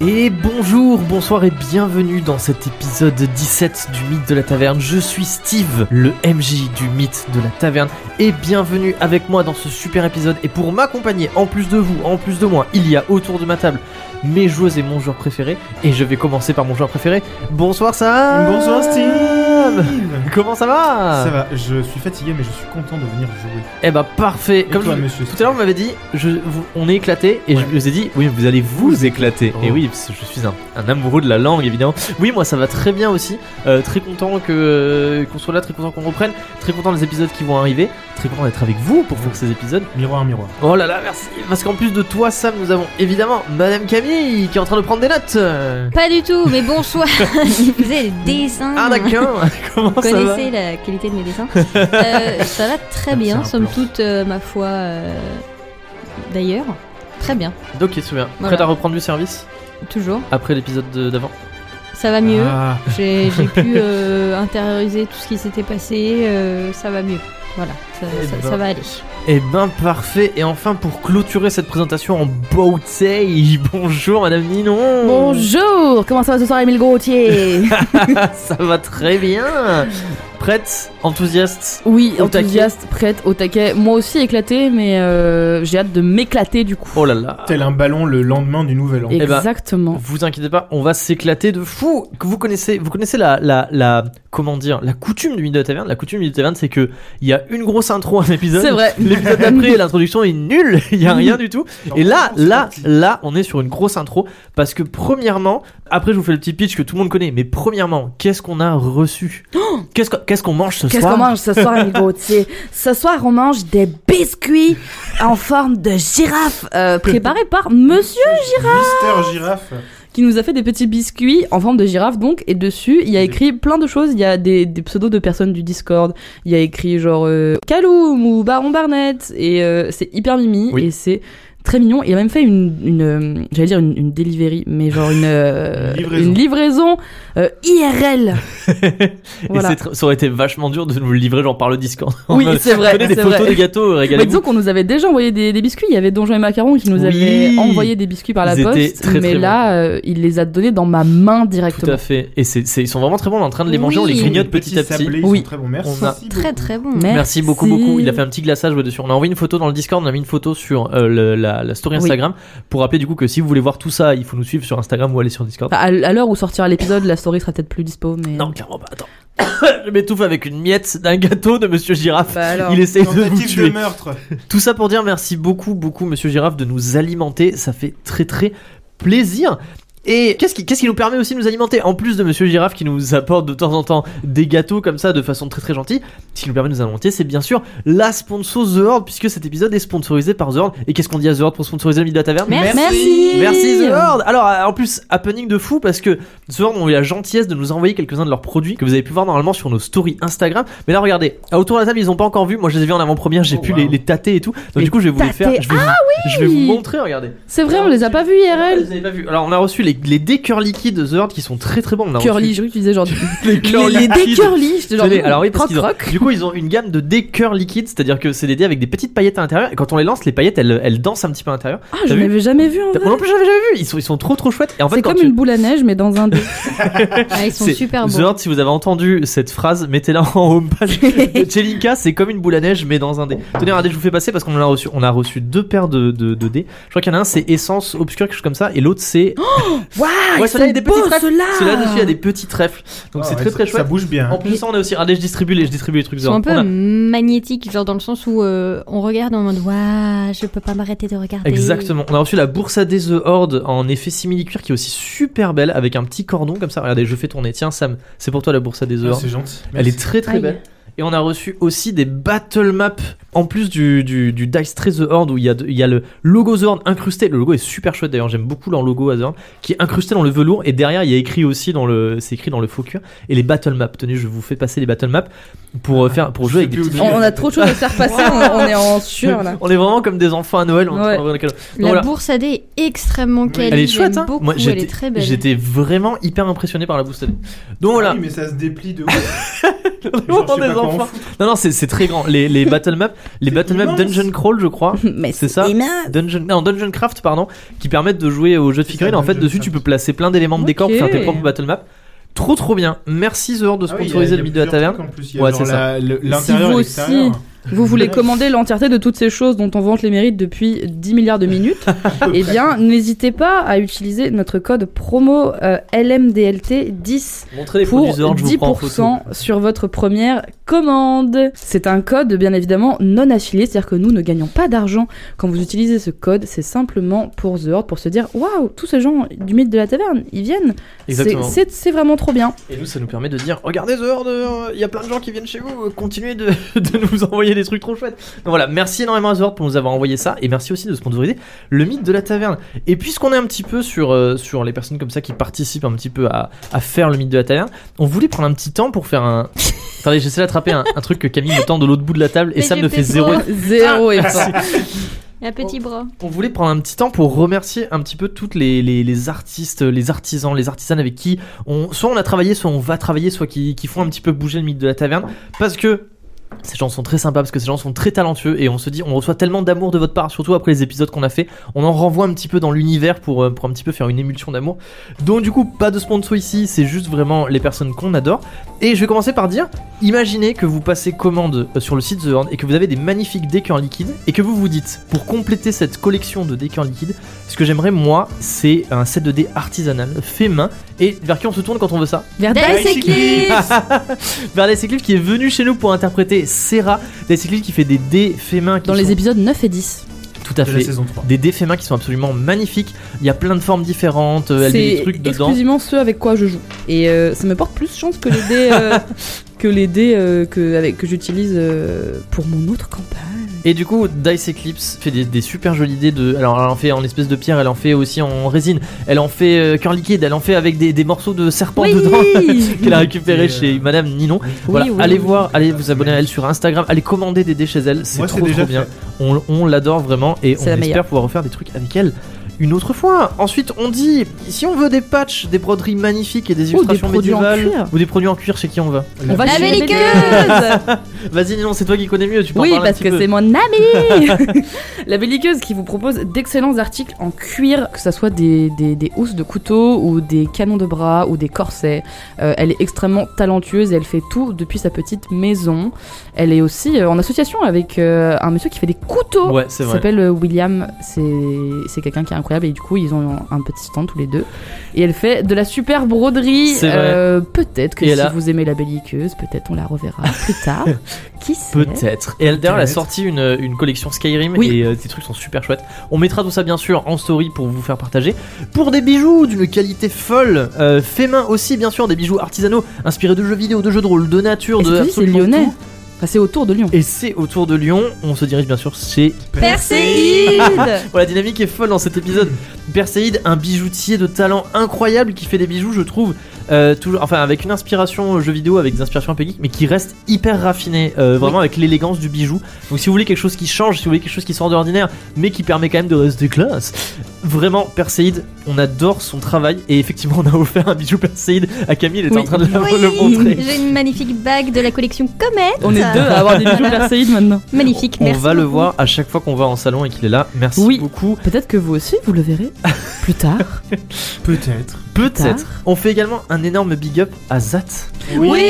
Et bonjour, bonsoir et bienvenue dans cet épisode 17 du Mythe de la Taverne. Je suis Steve, le MJ du Mythe de la Taverne, et bienvenue avec moi dans ce super épisode. Et pour m'accompagner, en plus de vous, en plus de moi, il y a autour de ma table mes joueuses et mon joueur préféré. Et je vais commencer par mon joueur préféré. Bonsoir Sam Bonsoir Steve Comment ça va Ça va, je suis fatigué mais je suis content de venir jouer. Eh bah parfait Et Comme toi, je- monsieur Tout à l'heure, vous m'avez dit, je, vous- on est éclaté, et Ouais. je vous ai dit, oui, vous allez vous éclater. Oh. Et oui, parce que je suis un, un amoureux de la langue, évidemment. Oui, moi, ça va très bien aussi. Euh, très content que euh, qu'on soit là, très content qu'on reprenne, très content des épisodes qui vont arriver, très content d'être avec vous pour faire ces épisodes. Miroir, miroir. Oh là là, merci. Parce qu'en plus de toi, Sam, nous avons évidemment Madame Camille qui est en train de prendre des notes. Euh, Pas du tout, mais bonsoir. Il faisait le dessin. Ah d'accord. Comment Vous ça va connaissez la qualité de mes dessins. Euh, ça va très bien, C'est un somme plan. toute, euh, ma foi. euh, D'ailleurs, très bien, Ok, très bien. Prête Voilà. à reprendre du service toujours. après l'épisode de- d'avant. Ça va mieux. Ah, J'ai j'ai pu euh, intérioriser tout ce qui s'était passé. euh, ça va mieux. Voilà, ça, Eh ça- ben. ça va aller. Eh ben parfait, et enfin pour clôturer cette présentation en beauté, bonjour Madame Ninon Bonjour, comment ça va ce soir Émile Gauthier Ça va très bien Prête Enthousiaste Oui, Au enthousiaste, prête, au taquet. Moi aussi éclaté, mais euh, j'ai hâte de m'éclater du coup. Oh là là tel un ballon le lendemain du nouvel an. Et- ben, Exactement. Vous inquiétez pas, on va s'éclater de fou Que Vous connaissez, vous connaissez la, la, la, comment dire, la coutume du Midi de la Taverne La coutume du Midi de la Taverne, c'est que il y a une grosse intro à un épisode. C'est vrai. L'épisode d'après, l'introduction est nulle, il y a rien du tout. Et là, là, là, on est sur une grosse intro parce que premièrement, après je vous fais le petit pitch que tout le monde connaît, mais premièrement, qu'est-ce qu'on a reçu Qu'est-ce qu'on qu'est-ce qu'on mange ce Oh Qu'est-ce soir qu'on mange ce soir Émile Gauthier Ce soir on mange des biscuits en forme de girafe euh, préparés par monsieur Mister Girafe. qui nous a fait des petits biscuits en forme de girafe donc et dessus il y a écrit plein de choses il y a des, des pseudos de personnes du Discord il y a écrit genre euh, Kaloum ou Baron Barnett et euh, c'est hyper mimi Oui. et c'est très mignon il a même fait une, une euh, j'allais dire une, une delivery mais genre une euh, Une livraison. une livraison, euh, IRL Et voilà c'est tr- ça aurait été vachement dur de nous le livrer genre par le Discord. Oui, On c'est vrai, prenait des c'est photos vrai. des gâteaux, euh, mais régalez-vous. disons qu'on nous avait déjà envoyé des, des biscuits. Il y avait Donjon et Macaron qui nous Oui. avaient envoyé des biscuits par la Ils étaient poste. très, mais très là, euh, il les a donnés dans ma main Tout directement. à fait. Et c'est, c'est- ils sont vraiment très bons. On est en train de les Oui. manger, on les Ils grignote Des petit petits à petit. sablés, ils Oui. sont très bons. Merci. On a- Très très bon. Mais- Merci beaucoup, Merci. beaucoup. Il a fait un petit glaçage au-dessus. On a envoyé une photo dans le Discord, on a mis une photo sur euh, le- la, la story Oui. Instagram pour rappeler du coup que si vous voulez voir tout ça, il faut nous suivre sur Instagram ou aller sur Discord. Enfin, à l- à l'heure où sortira l'épisode, la story sera peut-être plus dispo, mais. Non, clairement pas. Attends. Je m'étouffe avec une miette d'un gâteau de Monsieur Girafe. Bah alors. Il essaie de vous Tentative de tuer. meurtre. Ah Tout ça pour dire merci beaucoup, beaucoup, Monsieur Girafe, de nous alimenter. Ça fait très, très plaisir. Et qu'est-ce qui, qu'est-ce qui nous permet aussi de nous alimenter En plus de Monsieur Girafe qui nous apporte de temps en temps des gâteaux comme ça de façon très très gentille, ce qui nous permet de nous alimenter, c'est bien sûr la sponsor The Horde, puisque cet épisode est sponsorisé par The Horde. Et qu'est-ce qu'on dit à The Horde pour sponsoriser le Midi de la Taverne Merci. Merci The Horde Alors euh, en plus, happening de fou parce que The Horde ont eu la gentillesse de nous envoyer quelques-uns de leurs produits que vous avez pu voir normalement sur nos stories Instagram. Mais là regardez, à autour de la table ils ont pas encore vu, moi je les ai vus en avant-première, j'ai Oh, pu wow. les, les tâter et tout. Donc Les du coup je vais vous les tâter. Ah faire. Je vais, vous, je vais vous montrer, regardez. Ah, C'est vrai, on les a pas vus IRL. Vous avez pas vu. Alors on a reçu les, les dés curly kids de The Horde qui sont très très bons. On a reçu Curly, je crois que tu disais genre. les les, curly les dés kids. curly, j'étais genre. Tenez, alors oui, parce croc, qu'ils ont- croc. du coup, ils ont une gamme de dés cœur liquide, c'est-à-dire que c'est des dés avec des petites paillettes à l'intérieur, et quand on les lance, les paillettes elles, elles dansent un petit peu à l'intérieur. Ah, T'as je vu l'avais jamais vu en vrai. Moi non plus, j'avais jamais vu, ils sont, ils sont trop trop chouettes. Et en fait, C'est quand comme tu- une boule à neige, mais dans un dé. Ah, ils sont C'est- super The bons. Horde, si vous avez entendu cette phrase, mettez-la en homepage de Chelinka. C'est comme une boule à neige, mais dans un dé. Tenez, regardez, je vous fais passer parce qu'on en a reçu, on a reçu deux paires de, de, de dés. Je crois qu'il y en a un, c'est essence obscure, quelque chose comme ça, et l'autre, c'est. Oh Waouh, Ouais, ils celui-là, il y a des sont petits beaux trèfles. Celui-là ceux-là. dessus, il y a des petits trèfles. Donc Ah c'est ouais, très très ça- Ça chouette. bouge bien. hein. En plus, de ça, on a aussi. Regardez, je distribue les, je distribue les trucs. Ils sont un peu On a- magnétiques, genre dans le sens où euh, on regarde en mode Waouh, je peux pas m'arrêter de regarder. Exactement. On a reçu la bourse à des The Horde en effet simili-cuir qui est aussi super belle avec un petit cordon comme ça. Regardez, je fais tourner. Tiens, Sam, c'est pour toi la bourse à des The Ah, Horde. C'est gentil. hein. Elle Merci. est très très Aïe. belle. Et on a reçu aussi des battle maps en plus du, du, du Dice Tray The Horde où il y a, de- il y a le logo The Horde incrusté. Le logo est super chouette d'ailleurs, j'aime beaucoup leur logo à The Horde qui est incrusté dans le velours et derrière il y a écrit aussi dans le c'est écrit dans le faux cuir et les battle maps. Tenez, je vous fais passer les battle maps pour euh, faire pour Je jouer sais avec des plus où petits- On, on a trop de choses à faire passer, on, on est en sueur là. On est vraiment comme des enfants à Noël. on est en train de Ouais. regarder quelque chose. La Voilà. bourse AD est extrêmement Oui. quali. Elle est chouette, j'aime hein beaucoup, Moi, elle j'étais- est très belle. J'étais vraiment hyper impressionné par la boostade. Donc Ah voilà. oui, mais ça se déplie de ouf. Vraiment Genre, je sais des pas quoi en enfants. foutre. Non, non, c'est c'est très grand. Les, les battle maps, les C'est battle maps immense. Dungeon Crawl, je crois. Mais C'est ça Dungeon, non, Dungeon Craft, pardon, qui permettent de jouer aux jeux de C'est ça, figurines. En fait, Dungeon dessus, tu Craft. peux placer plein d'éléments de décor pour Ok. faire tes propres battle maps. Trop, trop bien. Merci, The Horde, de Ah oui, il y a- sponsoriser il y a le mythe de la plusieurs taverne. trucs en plus. Il y a Ouais, genre c'est ça. la- le- L'intérieur vous et aussi- l'extérieur. euh, Vous voulez Bref. commander l'entièreté de toutes ces choses dont on vante les mérites depuis 10 milliards de minutes Eh bien, n'hésitez pas à utiliser notre code promo euh, LMDLT10 Montrez les produits pour The Horde, je vous prends en photo. 10% sur votre première commande. C'est un code bien évidemment non affilié, c'est-à-dire que nous ne gagnons pas d'argent quand vous utilisez ce code. C'est simplement pour The Horde pour se dire waouh, tous ces gens du mythe de la taverne, ils viennent. C'est- Exactement. C'est c'est vraiment trop bien. Et nous, ça nous permet de dire regardez The Horde, euh, il y a plein de gens qui viennent chez vous, euh, continuez de, de nous envoyer des trucs trop chouettes. Donc voilà, merci énormément à The Horde pour nous avoir envoyé ça et merci aussi de sponsoriser le mythe de la taverne. Et puisqu'on est un petit peu sur, euh, sur les personnes comme ça qui participent un petit peu à, à faire le mythe de la taverne, on voulait prendre un petit temps pour faire un. Attendez, j'essaie d'attraper un, un truc que Camille me tend de l'autre bout de la table et Mais Sam j'ai ne fait fait zéro. Ah. trop. Zéro effort. Un petit bras. On voulait prendre un petit temps pour remercier un petit peu toutes les, les, les artistes, les artisans, les artisanes avec qui on, soit on a travaillé, soit on va travailler, soit qui, qui font un petit peu bouger le mythe de la taverne, parce que ces gens sont très sympas, parce que ces gens sont très talentueux, et on se dit, on reçoit tellement d'amour de votre part, surtout après les épisodes qu'on a fait, on en renvoie un petit peu dans l'univers pour, euh, pour un petit peu faire une émulsion d'amour. Donc du coup, pas de sponsor ici, c'est juste vraiment les personnes qu'on adore. Et je vais commencer par dire, Imaginez que vous passez commande euh, sur le site The Horn et que vous avez des magnifiques décors liquides et que vous vous dites, pour compléter cette collection de décors liquides, ce que j'aimerais moi, c'est un set de dés artisanal fait main et vers qui on se tourne quand on veut ça Vers Dès Dice Ah, bah, c'est qui Vers Daisy Cliff qui est venu chez nous pour interpréter Serra, Daisy Cliff qui fait des dés fait main qui dans sont- les épisodes 9 et 10. tout à De la fait saison 3. des dés faits main qui sont absolument magnifiques. Il y a plein de formes différentes, euh, elle met des C'est trucs dedans. exclusivement ce avec quoi je joue. Et euh, ça me porte plus chance que les dés, euh, que, les dés euh, que, avec, que j'utilise euh, pour mon autre campagne. Et du coup, Dice Eclipse fait des, des super jolies idées de. Alors, elle en fait en espèce de pierre, elle en fait aussi en résine, elle en fait euh, cœur liquide, elle en fait avec des, des morceaux de serpent dedans qu'elle a récupéré Et, euh, chez Madame Ninon. voilà, oui, allez oui. voir, allez vous abonner à elle sur Instagram, allez commander des dés chez elle, c'est Moi, trop c'est déjà trop bien. On, on l'adore vraiment et C'est on la espère meilleure. pouvoir refaire des trucs avec elle. Une autre fois. Ensuite, on dit si on veut des patchs, des broderies magnifiques et des Ou Oh, des illustrations produits en médiévales cuir. ou des produits en cuir, chez qui on va On va La chez belliqueuse Vas-y, Ninon, c'est toi qui connais mieux. Tu peux en Oui, parler un parce petit que peu. c'est mon ami La belliqueuse qui vous propose d'excellents articles en cuir, que ce soit des, des, des housses de couteau ou des canons de bras ou des corsets. Euh, elle est extrêmement talentueuse et elle fait tout depuis sa petite maison. Elle est aussi euh, en association avec euh, un monsieur qui fait des couteaux. Ouais, c'est Il vrai. s'appelle euh, William, c'est c'est quelqu'un qui est incroyable et du coup ils ont un petit stand tous les deux. Et elle fait de la super broderie. C'est vrai. Euh, peut-être que Et si elle a- vous aimez la belliqueuse, peut-être on la reverra plus tard. qui sait Peut-être. Et elle, d'ailleurs, elle a Peut-être. sorti une, une collection Skyrim Mmh. Oui. et euh, ces trucs sont super chouettes. On mettra tout ça bien sûr en story pour vous faire partager. Pour des bijoux d'une qualité folle, euh, fait main aussi bien sûr, des bijoux artisanaux inspirés de jeux vidéo, de jeux de rôle, de nature, Et c'est de aussi, c'est absolument lyonnais. tout. Enfin, c'est autour de Lyon. Et c'est autour de Lyon. On se dirige bien sûr chez Perséide Bon, la dynamique est folle dans cet épisode. Perséide, un bijoutier de talent incroyable qui fait des bijoux, je trouve, euh, toujours, enfin avec une inspiration jeu vidéo, avec des inspirations un peu geek, mais qui reste hyper raffiné, euh, vraiment avec l'élégance du bijou. Donc si vous voulez quelque chose qui change, si vous voulez quelque chose qui sort de l'ordinaire, mais qui permet quand même de rester classe, vraiment Perséide, on adore son travail et effectivement on a offert un bijou Perséide à Camille, elle était Oui. en train de la- Oui, le montrer. J'ai une magnifique bague de la collection Comet. On est deux à avoir des bijoux Perséide maintenant. Magnifique, On merci. va le beaucoup. voir à chaque fois qu'on va en salon et qu'il est là. Merci Oui. beaucoup. Peut-être que vous aussi vous le verrez plus tard. Peut-être. Peut-être. tard. On fait également un énorme big up à Zat. Oui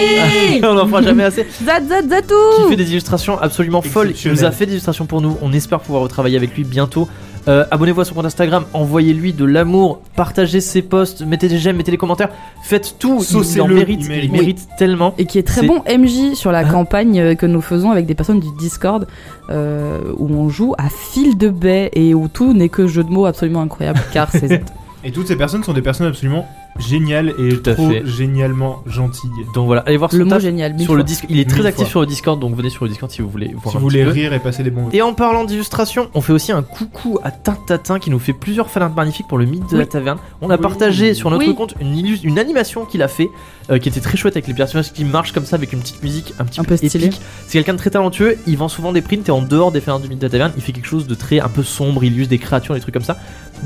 on n'en fera jamais assez. Qui Zat Zat fait Zatou des illustrations absolument folles. Il nous a Exceptionnel. fait des illustrations pour nous. On espère pouvoir retravailler avec lui bientôt. Euh, Abonnez-vous à son compte Instagram, envoyez-lui de l'amour, partagez ses posts, mettez des j'aime, mettez des commentaires, faites tout. il Saucez-le, en mérite, il il mérite. mérite, tellement. et qui est très C'est- bon MJ sur la Ah. campagne euh, que nous faisons avec des personnes du Discord euh, où on joue à fil de baie et où tout n'est que jeu de mots absolument incroyable car c'est Zed. Et toutes ces personnes sont des personnes absolument géniales et Tout à trop fait. génialement gentilles. Donc voilà, allez voir son le mot taf génial. mille sur le fois. disque. Il est très Mille actif fois. sur le Discord, donc venez sur le Discord si vous voulez voir Si un vous petit voulez peu. rire et passer des bons moments. Et en parlant d'illustration, on fait aussi un coucou à Tintatin qui nous fait plusieurs fanarts magnifiques pour le mythe de la Oui. taverne. On a Oui. partagé sur notre Oui. compte une, illus- une animation qu'il a fait euh, qui était très chouette avec les personnages qui marchent comme ça avec une petite musique un petit Un peu, peu stylé. épique. C'est quelqu'un de très talentueux, il vend souvent des prints et en dehors des fanarts du mythe de la taverne, il fait quelque chose de très un peu sombre, il use des créatures, des trucs comme ça.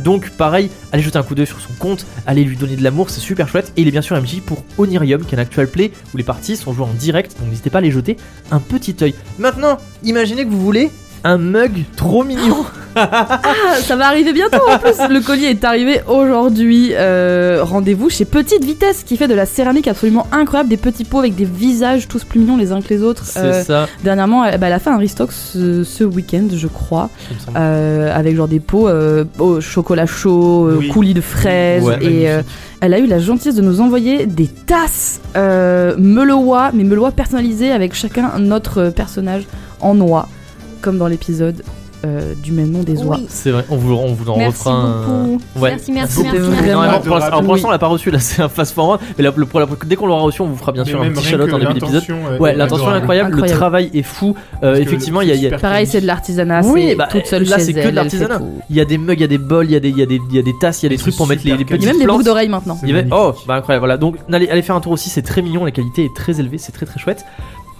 Donc pareil, allez jeter un coup d'œil sur son compte, allez lui donner de l'amour, c'est super chouette. Et il est bien sûr MJ pour Onirium, qui est un actual play où les parties sont jouées en direct, donc n'hésitez pas à les jeter un petit œil. Maintenant, imaginez que vous voulez un mug trop mignon. Ah, ça va arriver bientôt en plus. Le colis est arrivé aujourd'hui. Euh, Rendez-vous chez Petite Vitesse qui fait de la céramique absolument incroyable, des petits pots avec des visages tous plus mignons les uns que les autres. C'est Euh, ça. dernièrement, elle, bah, elle a fait un restock ce, ce week-end, je crois, euh, avec genre des pots euh, au chocolat chaud, euh, Oui. coulis de fraises. Ouais, et euh, elle a eu la gentillesse de nous envoyer des tasses euh, Meulois, mais Meulois personnalisées avec chacun notre personnage en noix, comme dans l'épisode euh, du même nom des oies. Oui. C'est vrai, on vous, on vous en Merci refera un. beaucoup. Ouais. Merci, merci, C'était merci, merci. Non, vraiment- alors, pour l'instant- alors, pour Oui. l'instant, on l'a pas reçu, là c'est un fast forward. Mais la- le- pour la- dès qu'on l'aura reçu, on vous fera bien Mais sûr un même petit rien shallot que en début d'épisode. l'intention, euh, elle Ouais, l'intention est adorable. incroyable, le Incroyable. travail est fou. Euh, Parce que effectivement, il y a, il y a- super Pareil, féministe. c'est de l'artisanat. Oui, c'est bah, toute seule là, chez c'est que de elle, elle l'artisanat. fait tout. il y a des mugs, il y a des bols, il y a des, il y a des, il y a des tasses, il y a des Ils trucs sont pour mettre les, super les quali. petites Il y a même des plantes. boucles d'oreilles maintenant. C'est Il y avait- Oh, magnifique. bah incroyable, voilà. Donc allez, allez faire un tour aussi, c'est très mignon, la qualité est très élevée, c'est très très chouette.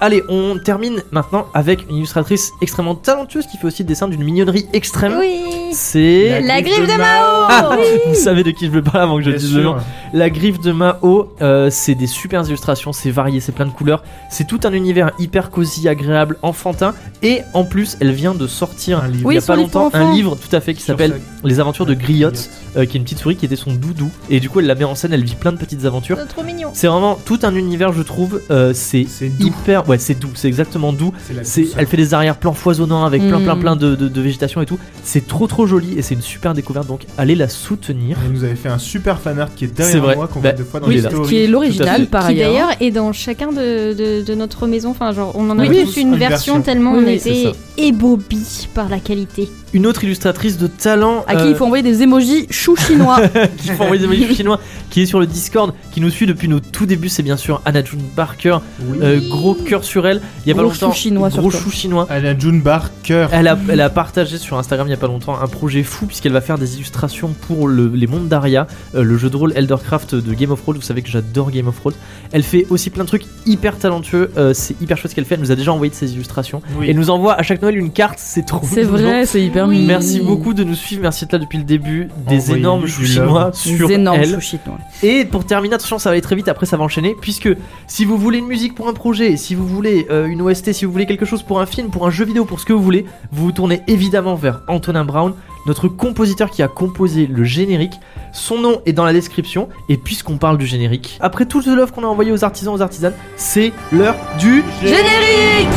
Allez, on termine maintenant avec une illustratrice extrêmement talentueuse qui fait aussi le dessin d'une mignonnerie extrême. Oui. C'est. La griffe de Mao Ah, Vous savez de qui je veux parler avant que je Bien dise le nom. sûr. La griffe de Mao, euh, c'est des super illustrations, c'est varié, c'est plein de couleurs, c'est tout un univers hyper cosy, agréable, enfantin, et en plus, elle vient de sortir Un livre. il y Oui, a son pas livre pour longtemps un enfants. livre tout à fait qui s'appelle Les Aventures de Griotte, euh, qui est une petite souris qui était son doudou, et du coup, elle la met en scène, elle vit plein de petites aventures. C'est trop mignon. C'est vraiment tout un univers, je trouve. euh, c'est C'est doux. hyper. Ouais, c'est doux, c'est exactement doux. C'est la C'est, douceur. elle fait des arrière-plans foisonnants avec plein, Mm. plein, plein de, de- de végétation et tout. C'est trop, trop joli et c'est une super découverte. Donc, allez la soutenir. Elle nous avait fait un super fanart qui est derrière C'est vrai. moi qu'on Bah, voit deux fois dans oui, les ce stories. Qui est l'original, Tout à par Qui ailleurs. d'ailleurs est dans chacun de, de, de notre maison. Enfin, genre, on en a Oui, tous tous une une version, version. tellement Oui, on oui, c'est était ça. ébobis par la qualité. Une autre illustratrice de talent À qui euh, il faut envoyer des émojis choux chinois. qui faut envoyer des magnifiques chinois, qui est sur le Discord, qui nous suit depuis nos tout débuts, c'est bien sûr Anna June Barker. Oui. Euh, gros cœur sur elle. Il y a Gros pas longtemps. chou chinois sur gros toi. chou chinois. Anna June Barker. Elle a, elle a partagé sur Instagram il y a pas longtemps un projet fou puisqu'elle va faire des illustrations pour le- les mondes d'Aria, euh, le jeu de rôle Eldercraft de Game of Thrones. Vous savez que j'adore Game of Thrones. Elle fait aussi plein de trucs hyper talentueux. euh, c'est hyper chouette ce qu'elle fait. Elle nous a déjà envoyé de ses illustrations. Oui. Et elle nous envoie à chaque Noël une carte. C'est trop C'est mignon. vrai, c'est hyper Oui. mignon. Merci beaucoup de nous suivre. Merci d'être là depuis le début. Des Envoyez-lui énormes du choux chinois love. sur Des énormes elle. choux chinois. Et pour terminer, attention, ça va aller très vite, après ça va enchaîner, puisque si vous voulez une musique pour un projet, si vous voulez euh, une OST, si vous voulez quelque chose pour un film, pour un jeu vidéo, pour ce que vous voulez, vous vous tournez évidemment vers Antonin Brown, notre compositeur qui a composé le générique. Son nom est dans la description, et puisqu'on parle du générique, après tout le love qu'on a envoyé aux artisans, aux artisanes, c'est l'heure du... Générique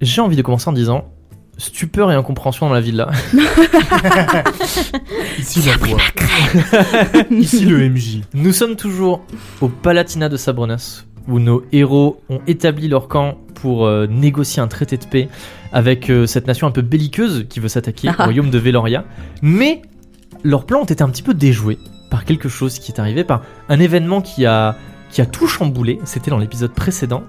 J'ai envie de commencer en disant... Stupeur et incompréhension dans la ville là. Ici la voix. Ici le MJ. Nous sommes toujours au Palatinat de Sabronas, où nos héros ont établi leur camp pour euh, négocier un traité de paix avec euh, cette nation un peu belliqueuse qui veut s'attaquer au royaume de Veloria. Mais leurs plans ont été un petit peu déjoués par quelque chose qui est arrivé, par un événement qui a, qui a tout chamboulé. C'était dans l'épisode précédent.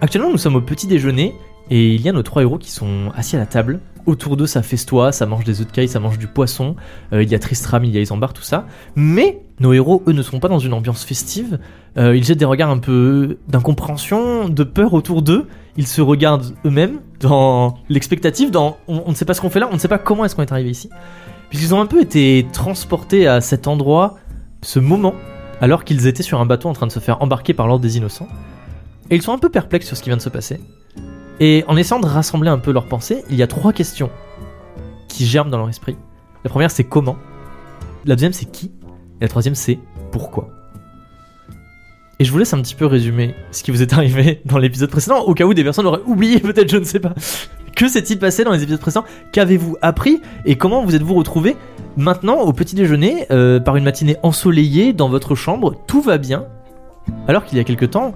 Actuellement, nous sommes au petit déjeuner et il y a nos trois héros qui sont assis à la table. Autour d'eux, ça festoie, ça mange des œufs de caille, ça mange du poisson. Euh, il y a Tristram, il y a Isambard, tout ça. Mais nos héros, eux, ne sont pas dans une ambiance festive. Euh, ils jettent des regards un peu d'incompréhension, de peur autour d'eux. Ils se regardent eux-mêmes dans l'expectative, dans on, on ne sait pas ce qu'on fait là, on ne sait pas comment est-ce qu'on est arrivé ici. Puisqu'ils ont un peu été transportés à cet endroit, ce moment, alors qu'ils étaient sur un bateau en train de se faire embarquer par l'ordre des innocents. Et ils sont un peu perplexes sur ce qui vient de se passer. Et en essayant de rassembler un peu leurs pensées, il y a trois questions qui germent dans leur esprit. La première, c'est comment. La deuxième, c'est qui. Et la troisième, c'est pourquoi. Et je vous laisse un petit peu résumer ce qui vous est arrivé dans l'épisode précédent, au cas où des personnes l'auraient oublié, peut-être, je ne sais pas. Que s'est-il passé dans les épisodes précédents Qu'avez-vous appris Et comment vous êtes-vous retrouvés maintenant au petit déjeuner, euh, par une matinée ensoleillée, dans votre chambre Tout va bien. Alors qu'il y a quelque temps,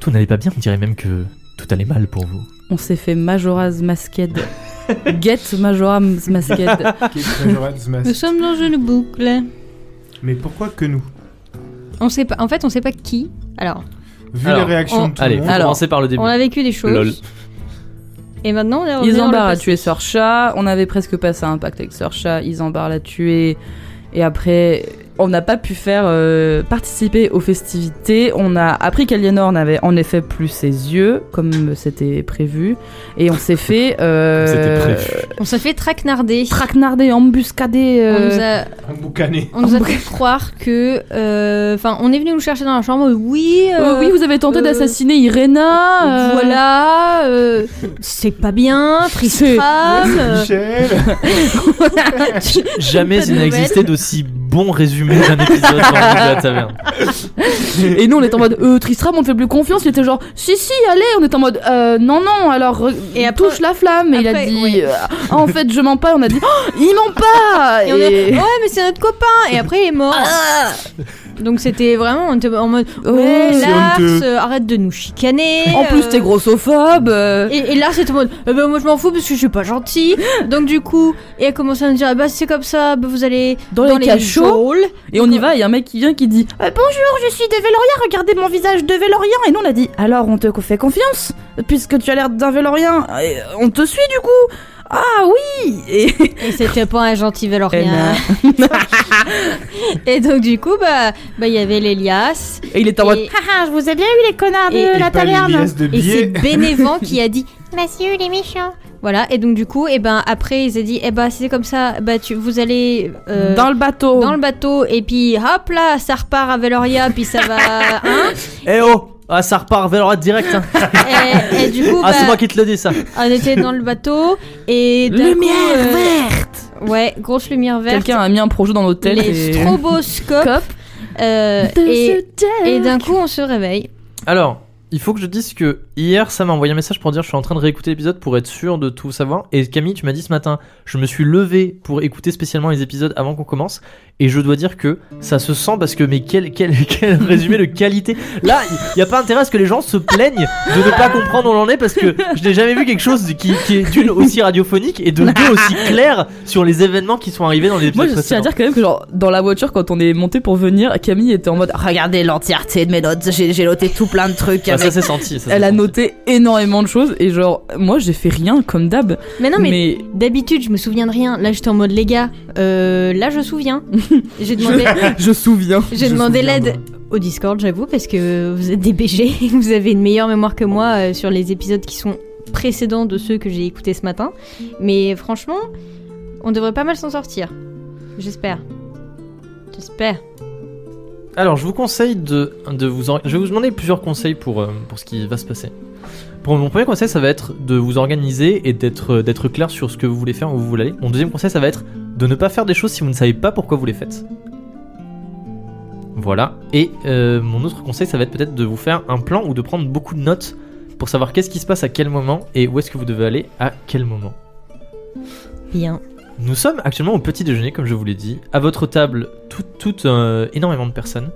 tout n'allait pas bien, on dirait même que tout allait mal pour vous. On s'est fait Majora's Masked Get Majoram Masked. Majora's Mask. Nous sommes dans une boucle. Mais pourquoi que nous On sait pas. En fait, on sait pas qui. Alors, Vu Alors, les réactions on- de tout Allez, le monde, on va commencer par le on début. a vécu des choses. Lol. Et maintenant, Ah, on est revenu dans le Isambard a passé. tué Sœur Chat, on avait presque passé un pacte avec Sœur Chat, Isambard l'a tué, et après, on n'a pas pu faire euh, participer aux festivités, on a appris qu'Aliénor n'avait en effet plus ses yeux, comme c'était prévu, et on s'est fait... euh, C'était prévu. On s'est fait traquenarder. Traquenarder, embuscader... on euh, nous a, on boucanait. on nous a fait croire que. euh, Enfin, on est venu nous chercher dans la chambre. Oui. euh, euh, oui, vous avez tenté euh, d'assassiner Irena. euh, Voilà, euh, c'est pas bien, Tristram. euh, Michel Jamais Pas de il n'a nouvelles. existé d'aussi bon résumé d'un épisode dans le monde de la taverne. Et nous, on était en mode, euh, Tristram, on te fait plus confiance. Il était genre, si, si, allez. On était en mode, euh, non, non, alors, re- Et après- touche la flamme. Et il a après, dit, oui. euh, Ah, en fait, je mens pas. On a dit, Oh, il ment pas. Et on est- ouais, mais c'est notre copain. Et après, il est mort. Donc c'était vraiment on était en mode ouais, Ah. Oh, c'est Lars, honteux. euh, arrête de nous chicaner. En plus, euh, t'es grossophobe. euh. Et, et Lars était en mode Eh ben, moi je m'en fous parce que je suis pas gentil. Donc du coup, il a commencé à nous dire Ah bah c'est comme ça, bah, vous allez Dans les cachots. geôles. Et on y va. Il y a un mec qui vient qui dit, Euh, bonjour, je suis des Véloriens. Regardez mon visage de Vélorien. Et nous, on a dit, alors, on te fait confiance. Puisque tu as l'air d'un Vélorien. Et, euh, On te suit, du coup. Ah oui. Et. Et c'était pas un gentil Et Valorien. non. Et donc du coup, bah bah il y avait l'Elias. Et il était en mode, Et- Haha, je vous ai bien eu les connards de Et- la Et pas les taverne. liasses de Et billets. c'est Bénévent qui a dit Monsieur, il est méchant. voilà. Et donc du coup, et ben après ils ont dit eh ben c'est comme ça, bah tu vous allez euh, dans le bateau. dans le bateau et puis hop là, ça repart à Veloria puis ça va hein. Eh oh Ah, ça repart vers l'oreille direct. hein. Et, et du coup, Ah, c'est bah, moi qui te le dis ça. on était dans le bateau et d'un coup, Lumière euh, verte. ouais, grosse lumière verte. Quelqu'un a mis un projet dans l'hôtel. les et- stroboscopes euh, et, et d'un coup on se réveille. Alors, il faut que je dise que hier, ça m'a envoyé un message pour dire je suis en train de réécouter l'épisode pour être sûr de tout savoir. Et Camille, tu m'as dit ce matin, je me suis levé pour écouter spécialement les épisodes avant qu'on commence. Et je dois dire que ça se sent parce que, mais quel, quel, quel résumé de qualité. Là, il n'y a pas intérêt à ce que les gens se plaignent de ne pas comprendre où on en est parce que je n'ai jamais vu quelque chose qui, qui est d'une aussi radiophonique et de deux aussi clair sur les événements qui sont arrivés dans les épisodes Moi, je tiens à précédents. dire quand même que, genre, dans la voiture, quand on est monté pour venir, Camille était en mode Regardez l'entièreté de mes notes, j'ai j'ai noté tout plein de trucs. Ah, ça avec- s'est senti. ça s'est Elle a senti. noté énormément de choses, et genre, moi, j'ai fait rien comme d'hab. Mais non mais, mais d'habitude je me souviens de rien. Là j'étais en mode les gars, euh, là je souviens. J'ai demandé je souviens. j'ai Je demandé souviens, l'aide au Discord, j'avoue, parce que vous êtes des BG, vous avez une meilleure mémoire que moi euh, sur les épisodes qui sont précédents de ceux que j'ai écoutés ce matin. Mais franchement, on devrait pas mal s'en sortir. J'espère. J'espère. Alors, je vous conseille de, de vous. or- Je vais vous demander plusieurs conseils pour, euh, pour ce qui va se passer. Pour mon premier conseil, ça va être de vous organiser et d'être euh, d'être clair sur ce que vous voulez faire, où vous voulez aller. Mon deuxième conseil, ça va être de ne pas faire des choses si vous ne savez pas pourquoi vous les faites. Voilà. Et euh, mon autre conseil, ça va être peut-être de vous faire un plan ou de prendre beaucoup de notes pour savoir qu'est-ce qui se passe à quel moment et où est-ce que vous devez aller à quel moment. Bien. Nous sommes actuellement au petit déjeuner, comme je vous l'ai dit. À votre table, tout, tout, euh, énormément de personnes.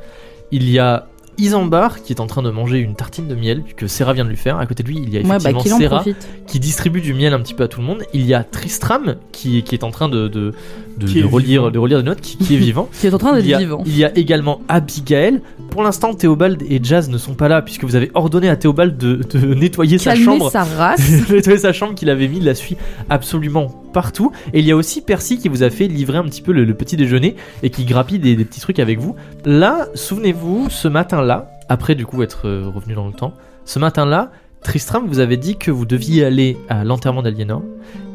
Il y a Isambard qui est en train de manger une tartine de miel que Serra vient de lui faire. À côté de lui, il y a Ouais, bah, effectivement qu'il en Serra profite. qui distribue du miel un petit peu à tout le monde. Il y a Tristram qui, qui est en train de, de, de- Qui de est relire, vivant. de relire des notes, qui, qui est vivant. Qui est en train Il y, d'être a, vivant. il y a également Abigail. Pour l'instant, Théobald et Jazz ne sont pas là puisque vous avez ordonné à Théobald de, de nettoyer sa Calmer chambre sa race. j'ai nettoyé sa chambre qu'il avait mis de la suie absolument partout. Et il y a aussi Percy qui vous a fait livrer un petit peu le, le petit déjeuner et qui grappille des, des petits trucs avec vous. Là, souvenez-vous, ce matin-là, après du coup être euh, revenu dans le temps, ce matin-là, Tristram vous avait dit que vous deviez aller à l'enterrement d'Aliénor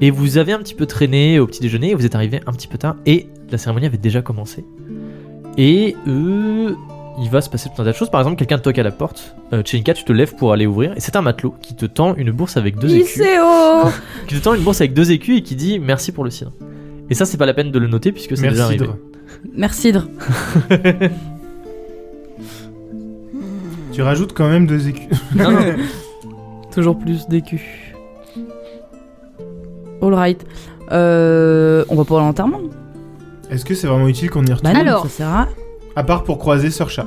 et vous avez un petit peu traîné au petit déjeuner et vous êtes arrivé un petit peu tard et la cérémonie avait déjà commencé. Et euh, il va se passer tout un tas de choses. Par exemple, quelqu'un te toque à la porte. Euh, Tchelinka, tu te lèves pour aller ouvrir et c'est un matelot qui te tend une bourse avec deux écus Iceo qui te tend une bourse avec deux écus et qui dit merci pour le cidre. Et ça, c'est pas la peine de le noter puisque c'est déjà Merci arrivé. Dre. Merci, Dre. Tu rajoutes quand même deux écus. Non, non. Toujours plus d'écus. Alright. Euh, on va pas à l'enterrement. Est-ce que c'est vraiment utile qu'on y retourne Bah non, Alors. ça sert à... À part pour croiser Sir Chat.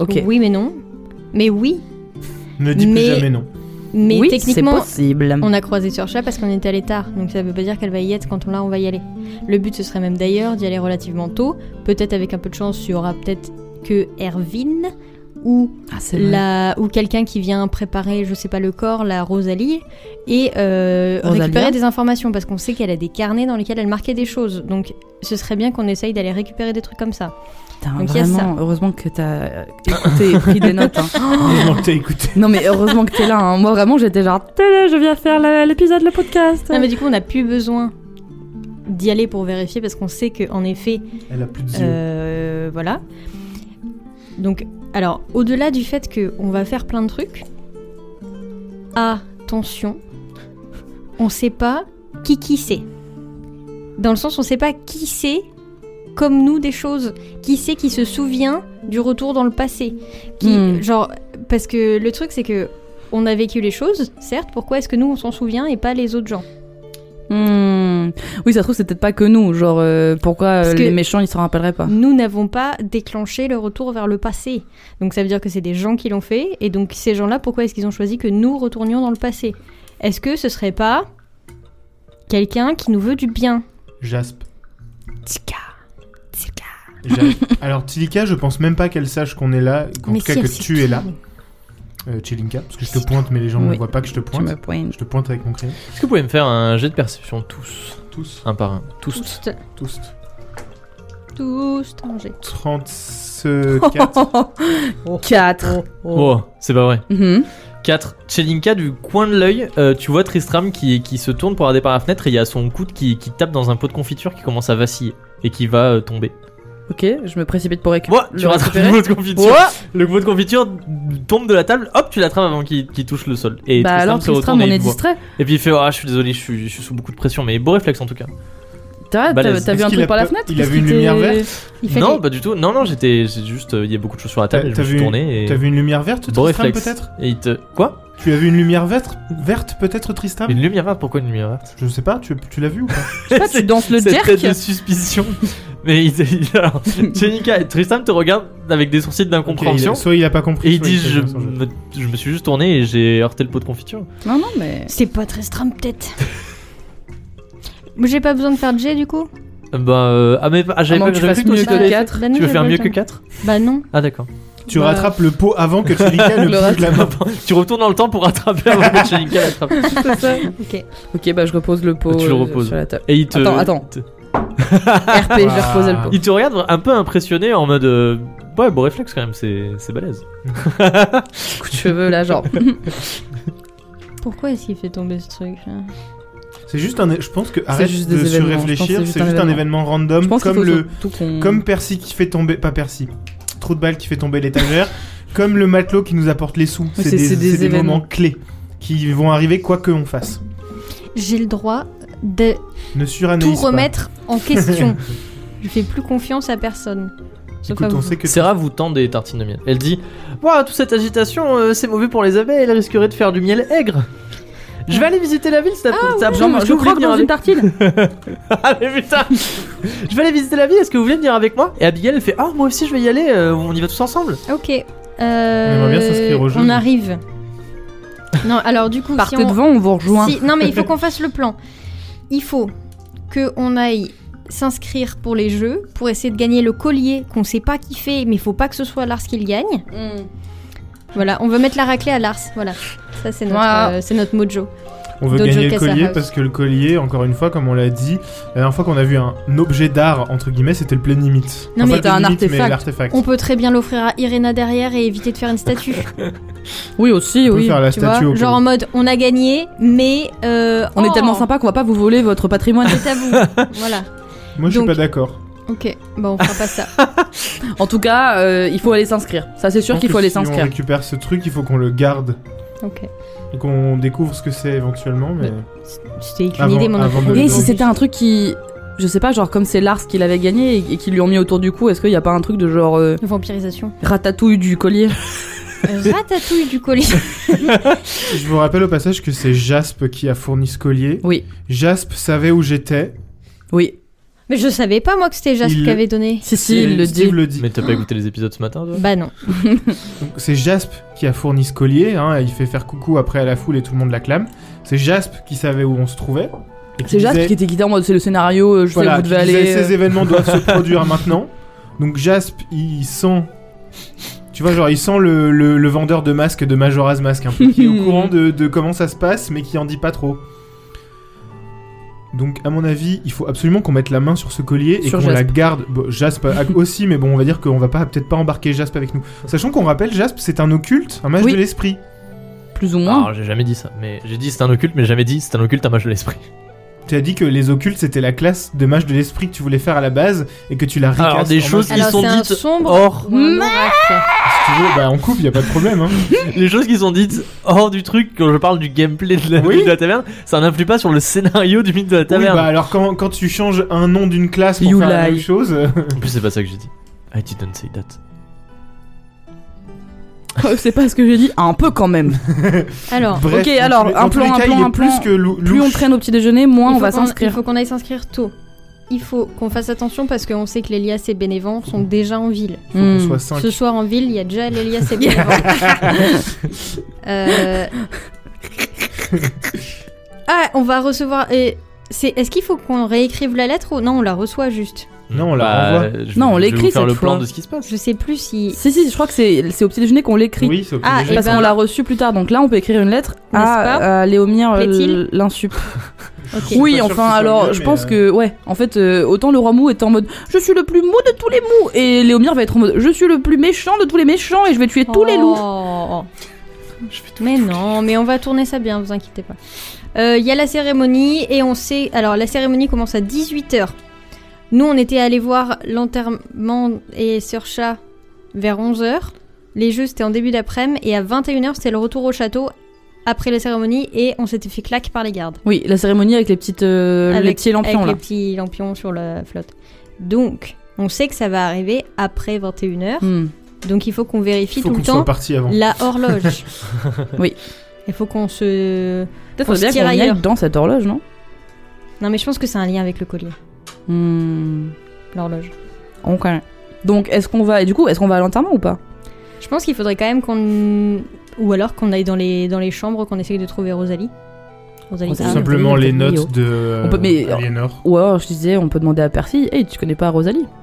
Ok. Oui mais non. Mais oui. Ne dis plus Mais- jamais non. Mais oui, techniquement, c'est possible. on a croisé sur chat parce qu'on était allé tard. Donc ça veut pas dire qu'elle va y être quand on là on va y aller. Le but ce serait même d'ailleurs d'y aller relativement tôt. Peut-être avec un peu de chance, il y aura peut-être que Erwin ou Ah, c'est vrai. la ou quelqu'un qui vient préparer, je sais pas le corps, la Rosalie et euh, Rosalia. récupérer des informations parce qu'on sait qu'elle a des carnets dans lesquels elle marquait des choses. Donc ce serait bien qu'on essaye d'aller récupérer des trucs comme ça. Putain, Donc, il y a vraiment, ça. heureusement que t'as euh, écouté et pris des notes. hein. Heureusement que t'as écouté. Non, mais heureusement que t'es là. hein. Moi, vraiment, j'étais genre, t'es là, je viens faire le- l'épisode, le podcast. Non, mais du coup, on n'a plus besoin d'y aller pour vérifier parce qu'on sait que en effet, Elle a plus de yeux. euh, voilà. Donc, alors, au-delà du fait que on va faire plein de trucs, attention, on sait pas qui qui c'est. Dans le sens, on sait pas qui c'est comme nous des choses, qui c'est qui se souvient du retour dans le passé, qui Hmm. genre parce que le truc c'est que on a vécu les choses, certes. Pourquoi est-ce que nous on s'en souvient et pas les autres gens? Hmm. Oui, ça se trouve, c'est peut-être pas que nous. Genre, euh, pourquoi euh, Parce que- les méchants, ils s'en rappelleraient pas Nous n'avons pas déclenché le retour vers le passé. Donc ça veut dire que c'est des gens qui l'ont fait. Et donc ces gens-là, pourquoi est-ce qu'ils ont choisi que nous retournions dans le passé Est-ce que ce serait pas quelqu'un qui nous veut du bien Jasp. Jasp. Alors, Tilika, je pense même pas qu'elle sache qu'on est là, qu'en tout cas si que elle sait tu qui- es là, euh, Chilinka, parce que je te pointe, mais les gens ne Oui. voient pas que je te Tu me pointe. pointes. Je te pointe avec mon crayon. Est-ce que vous pouvez me faire un jet de perception tous Tous. Un par un. Tous. Tous, Tous. tous tangés. 34. 4. Oh, c'est pas vrai. Mhm. 4. Chelinka, du coin de l'œil, euh, tu vois Tristram qui, qui se tourne pour regarder par la fenêtre et il y a son coude qui, qui tape dans un pot de confiture qui commence à vaciller et qui va euh, tomber. Ok, je me précipite pour récupérer. Ouah, tu rattrapes le pot de confiture. Le pot de confiture tombe de la table, hop, tu l'attrapes avant qu'il qu'il touche le sol. Et bah Tristram alors, se Tristram, retourne on et est il te voit. distrait. Et puis il fait Ah, je suis désolé, je suis, je suis sous beaucoup de pression, mais beau réflexe en tout cas. T'as t'as- Balèze. t'as vu Est-ce un qu'il truc a par la pas- fenêtre il a Qu'est-ce vu une qui t'est- lumière verte Il Non, fallait- pas du tout. Non, non, j'étais c'est juste, euh, il y a beaucoup de choses sur la table. T'as et je t'as me suis vu, tourné et. t'as vu une lumière verte, Beau Tristram, réflexe. peut-être Et il te. Quoi Tu as vu une lumière verte, verte peut-être, Tristram Une lumière verte Pourquoi une lumière verte Je sais pas, tu, tu l'as vu ou pas Je sais pas, tu danses le Cette tête de jerk suspicion. Mais il, il- alors, Jenica et Tristan te regardent avec des sourcils d'incompréhension. Ok, il a- soit il a pas compris. et il soit dit sait je pas son jeu. me, je me suis juste tourné et j'ai heurté le pot de confiture. Non, non, mais. C'est pas très stram peut-être. J'ai pas besoin de faire de jet du coup Euh, Bah, euh, ah, mais ah, À j'avais moins pas que tu j'avais fasses fait mieux aussi que les- 4. Bah non, Tu veux j'ai faire pas mieux le que temps. 4 Bah non. Ah, d'accord. Tu Bah- rattrapes le pot avant que Trilika ne Le bouge la main. tu retournes dans le temps pour rattraper avant que Jenica l'attrape. Ok. Ok, bah je repose le pot Ah, Tu le euh, reposes. sur la table. Et il te. Attends, attends. te- RP, je vais reposer le pot. Il te regarde un peu impressionné en mode. euh, Ouais, beau réflexe quand même, c'est c'est balèze. Coup de cheveux là, genre. Pourquoi est-ce qu'il fait tomber ce truc là C'est juste un. Je pense que arrête juste de des événements, je pense surréfléchir. que C'est juste un événement Je random, pense qu'il comme faut Mm. le, surtout qu'on. comme Percy qui fait tomber, pas Percy, trou de balle qui fait tomber l'étagère, comme le matelot qui nous apporte les sous. c'est- C'est des, c'est des c'est des événements. moments clés qui vont arriver quoi que on fasse. J'ai le droit de Ne tout suranalyse pas. remettre en question. Je fais plus confiance à personne. Sauf à Écoute, on vous. sait que Sarah vous tend des tartines de miel. Elle dit Waouh, toute cette agitation, euh, c'est mauvais pour les abeilles, elle risquerait de faire du miel aigre. Je vais aller visiter la ville cet après- cet après-midi. Genre, Est-ce Ah, je que vous voulez croque venir dans une avec- tartine. Ah, mais putain Je vais aller visiter la ville, est-ce que vous voulez venir avec moi Et Abigail elle fait Ah, moi aussi je vais y aller, euh, on y va tous ensemble. Ok. euh, aimerait bien s'inscrire au jeu, on mais- arrive. Non, alors du coup, Partez si on... devant, on vous rejoint. si- Non, mais il faut qu'on fasse le plan. Il faut que on aille s'inscrire pour les jeux, pour essayer de gagner le collier qu'on sait pas qui fait, mais faut pas que ce soit Lars qui le gagne. hmm. Voilà, on veut mettre la raclée à Lars. Voilà, ça c'est notre, Voilà. euh, c'est notre mojo. On veut Dojo gagner le Casa collier House. parce que le collier, encore une fois, comme on l'a dit, la dernière fois qu'on a vu un objet d'art, entre guillemets, c'était le plein limite. Non, mais pas t'as Plain un Limit, mais artefact. l'artefact. On peut très bien l'offrir à Irena derrière et éviter de faire une statue. Oui, aussi, On peut oui. faire la tu vois. statue au Genre en mode, on a gagné, mais euh, On oh, est tellement sympa qu'on va pas vous voler votre patrimoine. C'est à vous. voilà. collier. Moi, je suis donc- pas d'accord. Ok. Bon, on fera pas ça. En tout cas, euh, il faut aller s'inscrire. Ça, c'est Je sûr pense qu'il que faut aller si on s'inscrire. récupère ce truc, il faut qu'on le garde Ok. et qu'on découvre ce que c'est éventuellement. Mais C'était une Avant- idée, mon Eh, avant enfant. de- Et si c'était un truc qui. Je sais pas, genre comme c'est Lars qui l'avait gagné et, et qu'ils lui ont mis autour du cou, est-ce qu'il y a pas un truc de genre euh, Vampirisation. ratatouille du collier Euh, ratatouille du collier. je vous rappelle au passage que c'est Jasp qui a fourni ce collier. Oui, Jasp savait où j'étais. oui. Mais je savais pas, moi, que c'était Jaspe Il- qui avait donné. Si, si, il le Steve dit. le dit. Mais t'as pas écouté les épisodes ce matin, toi Bah non. Donc, C'est Jasp qui a fourni ce collier, hein, il fait faire coucou après à la foule et tout le monde l'acclame. C'est Jasp qui savait où on se trouvait. et C'est Jasp disait- qui était guidé en mode c'est le scénario, euh, je sais voilà, où vous qui devez aller. disait, ces événements doivent se produire maintenant. Donc Jasp, il sent... Tu vois, genre, il sent le, le- le vendeur de masques de Majora's Mask, un peu, qui est au courant de, de comment ça se passe, mais qui en dit pas trop. Donc, à mon avis, il faut absolument qu'on mette la main sur ce collier et Sur qu'on la Jasp. garde. Bon, Jasp a- aussi, mais bon, on va dire qu'on va pas peut-être pas embarquer Jasp avec nous. Sachant qu'on rappelle, Jasp, c'est un occulte, un mage Oui. de l'esprit. Plus ou moins. Ah, Alors, Ah, j'ai jamais dit ça, mais j'ai dit c'est un occulte, mais j'ai jamais dit c'est un occulte, un mage de l'esprit. Tu as dit que les occultes, c'était la classe de mage de l'esprit que tu voulais faire à la base et que tu l'as Alors, ricaste des en choses mage- Ils Alors, sont c'est un dites sombre. Or, ou un oracle. Si tu veux, bah on coupe, y a pas de problème. Hein. les choses qui sont dites hors du truc, quand je parle du gameplay de la, Oui. mythe de la taverne, ça n'influe pas sur le scénario du mythe de la Oui, taverne. bah alors quand, quand tu changes un nom d'une classe pour You faire la lie. même chose, euh, En plus, c'est pas ça que j'ai dit. I didn't say that. c'est pas ce que j'ai dit, un peu quand même. Alors, bref, Ah, Ok, dans tous alors, les- un dans tous plan, les un cas, plan, il est un plan. Plus que lou- Plus on louche. traîne au petit déjeuner, moins il on faut va qu'on- Il s'inscrire. faut qu'on aille s'inscrire tôt. Il faut qu'on fasse attention parce qu'on sait que l'Elias et Bénévent sont déjà en ville. Faut qu'on Hmm. soit cinq. Ce soir en ville, il y a déjà l'Elias et Bénévent. Euh, Ah, on va recevoir. et c'est... Est-ce qu'il faut qu'on réécrive la lettre ou non On la reçoit juste. Non, on la renvoie. Mm. Bah, je- Non, on je vais l'écrit vous faire cette le plan fois. de ce qui se passe. Je sais plus si. Si, si, je crois que c'est c'est au petit déjeuner qu'on l'écrit. Oui, c'est ok. Ah, déjà. et Parce ben- qu'on l'a reçu plus tard, donc là on peut écrire une lettre N'est-ce à, à Léomir euh, Plaît-il l'insup. Ok. pas Oui, sûr que ce soit enfin alors mieux, je mais, pense euh, que ouais, en fait euh, autant le roi mou est en mode je suis le plus mou de tous les mous et Léomir va être en mode je suis le plus méchant de tous les méchants et je vais tuer tous Oh. les loups. Oh. loups. Mais non, mais on va tourner ça bien, vous inquiétez pas. Euh, Il y a la cérémonie et on sait. Alors, la cérémonie commence à 18h. Nous, on était allés voir l'enterrement et Sœur Chat vers 11h. Les jeux, c'était en début d'après-midi. Et à 21h, c'était le retour au château après la cérémonie. Et on s'était fait claque par les gardes. Oui, la cérémonie avec les petites euh, les petits lampions avec là. les petits lampions sur la flotte. Donc, on sait que ça va arriver après 21h. Hmm. Donc, il faut qu'on vérifie faut tout qu'on le temps soit parti Hein avant. la horloge. Oui. Il faut qu'on se. Peut-être Faut se faudrait bien qu'on tirer y ailleurs. aille dans cette horloge, non Non, mais je pense que c'est un lien avec le collier, Hmm. l'horloge. Ok. Donc est-ce qu'on va et du coup est-ce qu'on va à l'enterrement ou pas Je pense qu'il faudrait quand même qu'on. Ou alors qu'on aille dans les, dans les chambres, qu'on essaye de trouver Rosalie. Rosalie, Tout Ah, Carré. simplement oui, les oui, notes de euh, On peut- mais- Aliénor. Ou alors je disais on peut demander à Percy, hey tu connais pas Rosalie Je veux dire,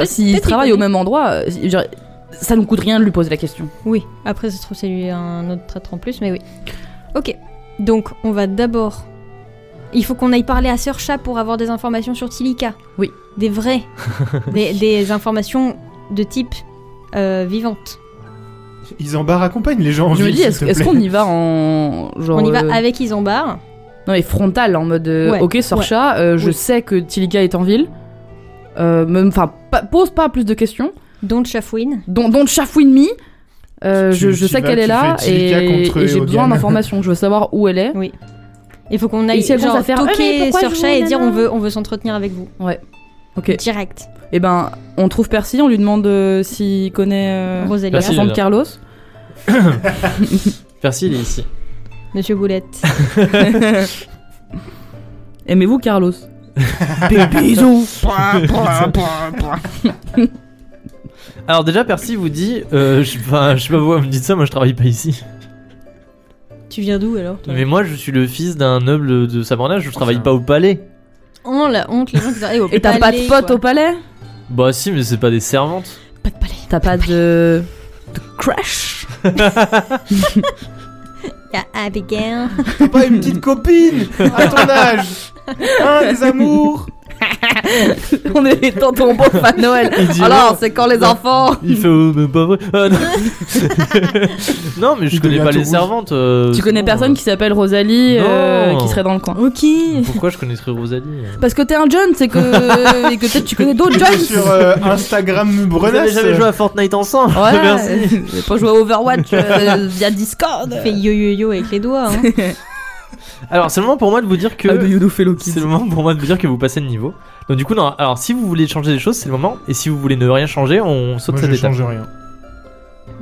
Peut-être- S'ils peut-être il travaillent au connaît. même endroit, euh, je veux dire, ça nous coûte rien de lui poser la question. Oui, après, ça se trouve, c'est lui un autre traître en plus, mais oui. Ok, donc on va d'abord. Il faut qu'on aille parler à Sœur Chat pour avoir des informations sur Tilika. Oui. Des vraies. des, des informations de type euh, vivante. Ils en barre accompagnent les gens en Je me ville, dis, s'il est-ce te est-ce plaît. qu'on y va en genre On y va euh, avec Isambard. non mais frontal en mode euh, Ouais, ok Sorcha, euh, je Oui. sais que Tilika est en ville. Euh, même- Enfin, pas- pose pas plus de questions. Don't Chafouine. Don't, don't chafouine me. Euh, Tu- je je tu sais vas, qu'elle tu est là fais Tilika et, contre et j'ai Hogan. besoin d'informations. Je veux savoir où elle est. Il faut qu'on Et aille si elle commence genre, à faire, Ah, mais toquer pourquoi Sœur je Chat et vous- dire on nanana veut, on veut s'entretenir avec vous. Ok. Direct. Et ben, on trouve Percy, on lui demande euh, s'il connaît euh, Rosalie. la Percy, chanson de là. Carlos. Percy, il est ici. Monsieur Boulette. Aimez-vous Carlos Alors, déjà, Percy vous dit euh, je, enfin, je sais pas pourquoi vous me dites ça, moi je travaille pas ici. tu viens d'où alors toi Mais moi, je suis le fils d'un noble de Sabornage, je travaille pas au palais. Oh la honte, les gens qui arrivent au Et t'as pas de palais, pote quoi. au palais Bah, si, mais c'est pas des servantes. Pas de palais. T'as pas de. de crash Y'a Abigail. T'as pas une petite copine à ton âge Hein, les amours On est les tontons beau à Noël. Il dit, Alors, c'est quand les Non. enfants Il fait oh, mais pas vrai. Ah, non. non, mais je Il connais devient pas tout les rouge. servantes. euh, Tu c'est connais bon, personne qui s'appelle Rosalie euh, Non. qui serait dans le coin Ok. euh, Pourquoi je connaîtrais Rosalie euh Parce que t'es un John, c'est que. et que peut-être tu connais d'autres Johns Sur euh, Instagram Vous Brenas. avez jamais joué à Fortnite ensemble Ouais, Merci. j'ai pas joué à Overwatch euh, via Discord Fait yo yo yo avec les doigts. hein. Alors, c'est le moment pour moi de vous dire que. Yudo bah, Fellow Kids. C'est le moment pour moi de vous dire que vous passez le niveau. Donc, du coup, non, alors si vous voulez changer des choses, c'est le moment. Et si vous voulez ne rien changer, on saute Moi, cette je étape. change rien.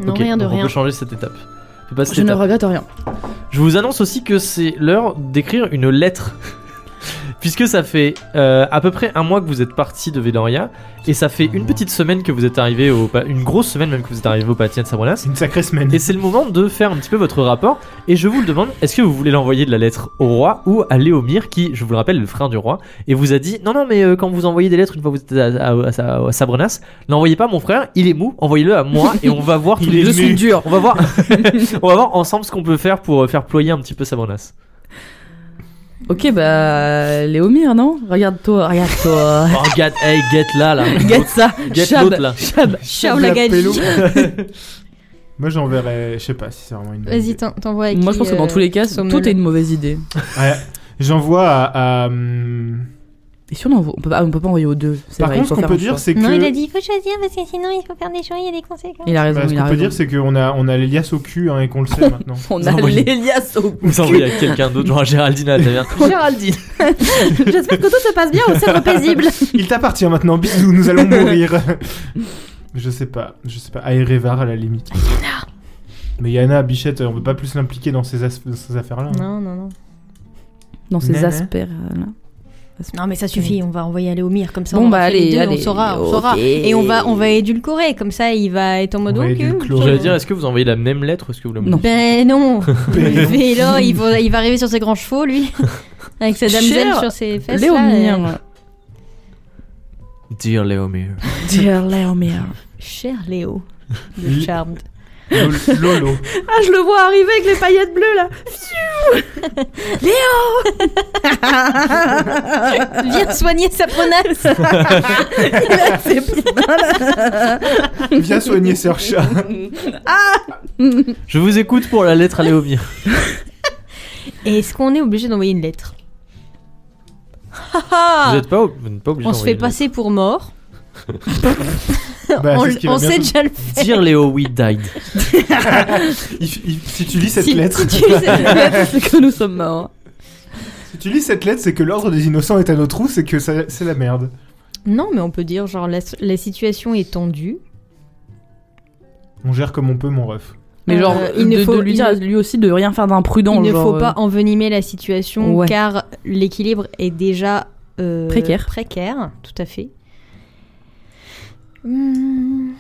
Non, Ok, rien de donc On rien. peut changer cette étape. On peut passer Je cette ne étape. regrette rien. Je vous annonce aussi que c'est l'heure d'écrire une lettre. Puisque ça fait euh, à peu près un mois que vous êtes parti de Védoria, et ça fait une petite semaine que vous êtes arrivé au. pa- Une grosse semaine même que vous êtes arrivé au Patinat de Sabrenas. C'est une sacrée semaine. Et c'est le moment de faire un petit peu votre rapport. Et je vous le demande, est-ce que vous voulez l'envoyer de la lettre au roi ou à Léomir, qui, je vous le rappelle, est le frère du roi, et vous a dit Non, non, mais euh, quand vous envoyez des lettres une fois que vous êtes à, à- à Sa- à Sabrenas, n'envoyez pas à mon frère, il est mou, envoyez-le à moi, et on va voir tous Il les est deux. nu. Dur. On va voir, on va voir ensemble ce qu'on peut faire pour euh, faire ployer un petit peu Sabrenas. Ok, bah. Léomir, non Regarde-toi, regarde-toi. Oh, get, hey, get là, là. Regarde ça. Get l'autre, là. Chab. Chab. Ciao la La pélo. gagie. Moi j'enverrai, je sais pas si c'est vraiment une. bonne Vas-y, idée. t'en- t'envoies avec euh, Moi, je pense que dans tous les cas, tout est une mauvaise idée. Ouais. J'envoie à. à, hum, Et si on envoie- on peut pas, on peut pas envoyer aux deux. c'est Par vrai, contre, il faut ce qu'on faire peut un dire, choix. c'est que. Non, il a dit il faut choisir parce que sinon il faut faire des choix, il y a des conséquences. Il a raison, Bah, ce il a qu'on peut raison. dire, c'est qu'on a, on a les liasses au cul hein, et qu'on le sait maintenant. On a Envoyer. l'Elias au Vous envoyez à quelqu'un d'autre, genre à Géraldine à la taverne. Géraldine J'espère que tout se passe bien au cerveau paisible. Il t'appartient maintenant, bisous, nous allons mourir. je sais pas, je sais pas. À Erevar à la limite. Mais Yana, Bichette, on peut pas plus l'impliquer dans ces, as- dans ces affaires-là. hein. Non, non, non. Dans ses Nana. aspects. là. Non, mais ça suffit, on va envoyer aller au mire comme ça. Bon, on bah, aura fait les allez, deux, allez, On saura, on ok. saura. Et on va, on va édulcorer, comme ça il va être en mode. On va ok, édulcorer. J'allais dire, est-ce que vous envoyez la même lettre ou est-ce que vous la Non. Ben non Mais- Mais là, il va, il va arriver sur ses grands chevaux, lui. Avec sa damsel Cher sur ses fesses. là, euh, Léomir. et- Dear Léomir. Dear Léomir. Cher Léo. L- Le charme. Lol- Lolo. Ah, je le vois arriver avec les paillettes bleues là. Viens soigner sa pronasse Viens soigner Sœur Chat. Je vous écoute pour la lettre à Léomir. Et est-ce qu'on est obligé d'envoyer une lettre Vous n'êtes pas, ob- vous n'êtes pas obligé Ah. On se fait passer pour mort. Bah, on c'est ce qui va on bien sait se- déjà le Dear Léo, we died. Il- il- Si tu lis cette Si- lettre, si tu lis cette lettre. c'est que nous sommes morts. si tu lis cette lettre, c'est que l'ordre des innocents est à nos trous, c'est que ça- c'est la merde. Non, mais on peut dire genre la, la situation est tendue. On gère comme on peut, mon ref. Mais genre, Euh, il il ne de, faut- de lui il dire à ne- lui aussi de rien faire d'imprudent. Il ne genre, faut euh, pas envenimer la situation Ouais. car l'équilibre est déjà euh, Précaire. Précaire, tout à fait. Hmm.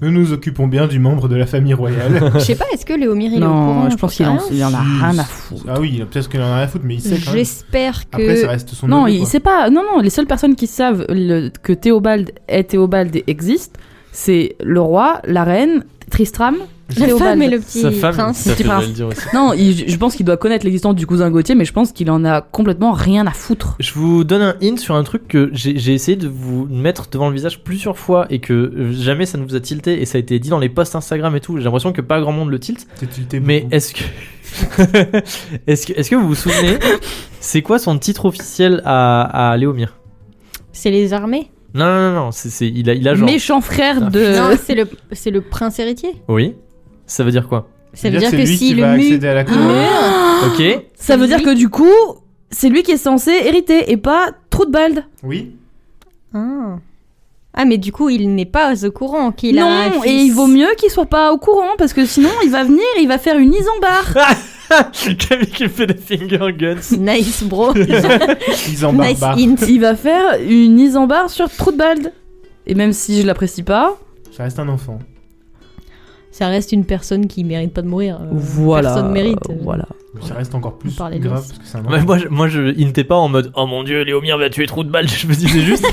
Nous nous occupons bien du membre de la famille royale. Je sais pas, est-ce que Léomir il est au Non, courant, je pense sais qu'il en, rien. il en a Si, rien à si, foutre. ah oui, peut-être qu'il en a rien à foutre, mais il sait quand même. J'espère que. Après, ça reste son Non, neveu, il quoi. sait pas. Non, non, les seules personnes qui savent le- que Théobald est Théobald et existe, c'est le roi, la reine, Tristram. la Théobald. femme et le petit Sa femme, prince. ça fait petit bien prince. le dire aussi. Non, il- je pense qu'il doit connaître l'existence du cousin Gauthier, mais je pense qu'il en a complètement rien à foutre. Je vous donne un hint sur un truc que j'ai j'ai essayé de vous mettre devant le visage plusieurs fois et que euh, jamais ça ne vous a tilté et ça a été dit dans les posts Instagram et tout. J'ai l'impression que pas grand monde le tilte. T'es tilté Mais beaucoup. est-ce que... est-ce que... Est-ce que vous vous souvenez C'est quoi son titre officiel à, à Léomir C'est les armées Non, non, non, non, c'est- c'est- il, a, il a Ah, genre... Méchant frère Putain. de. Non, c'est le, c'est le prince héritier. Oui Ça veut dire quoi Ça veut C'est-à-dire dire que Hein c'est lui si qui le va mu. accéder à la couronne. Ah. Ok Ça veut dire Lui. que du coup, c'est lui qui est censé hériter et pas Troutbald. Oui. Ah. Ah, mais du coup, il n'est pas au courant qu'il a. un non, fils. et il vaut mieux qu'il soit pas au courant parce que sinon il va venir, il va faire une isambard. Camille qui fait des finger guns. Nice, bro. Ils en nice barbares. hint. il va faire une isambard sur Troutbald. Et même si je l'apprécie pas, Ça reste un enfant. Ça reste une personne qui mérite pas de mourir. euh, voilà. Personne mérite. euh, Voilà. Ça reste encore plus On parlait grave de parce Nice. que c'est un Mais enfant. moi, je, moi, je il n'était pas en mode Oh mon dieu, Léomir va tuer trop de balles. Je me disais juste.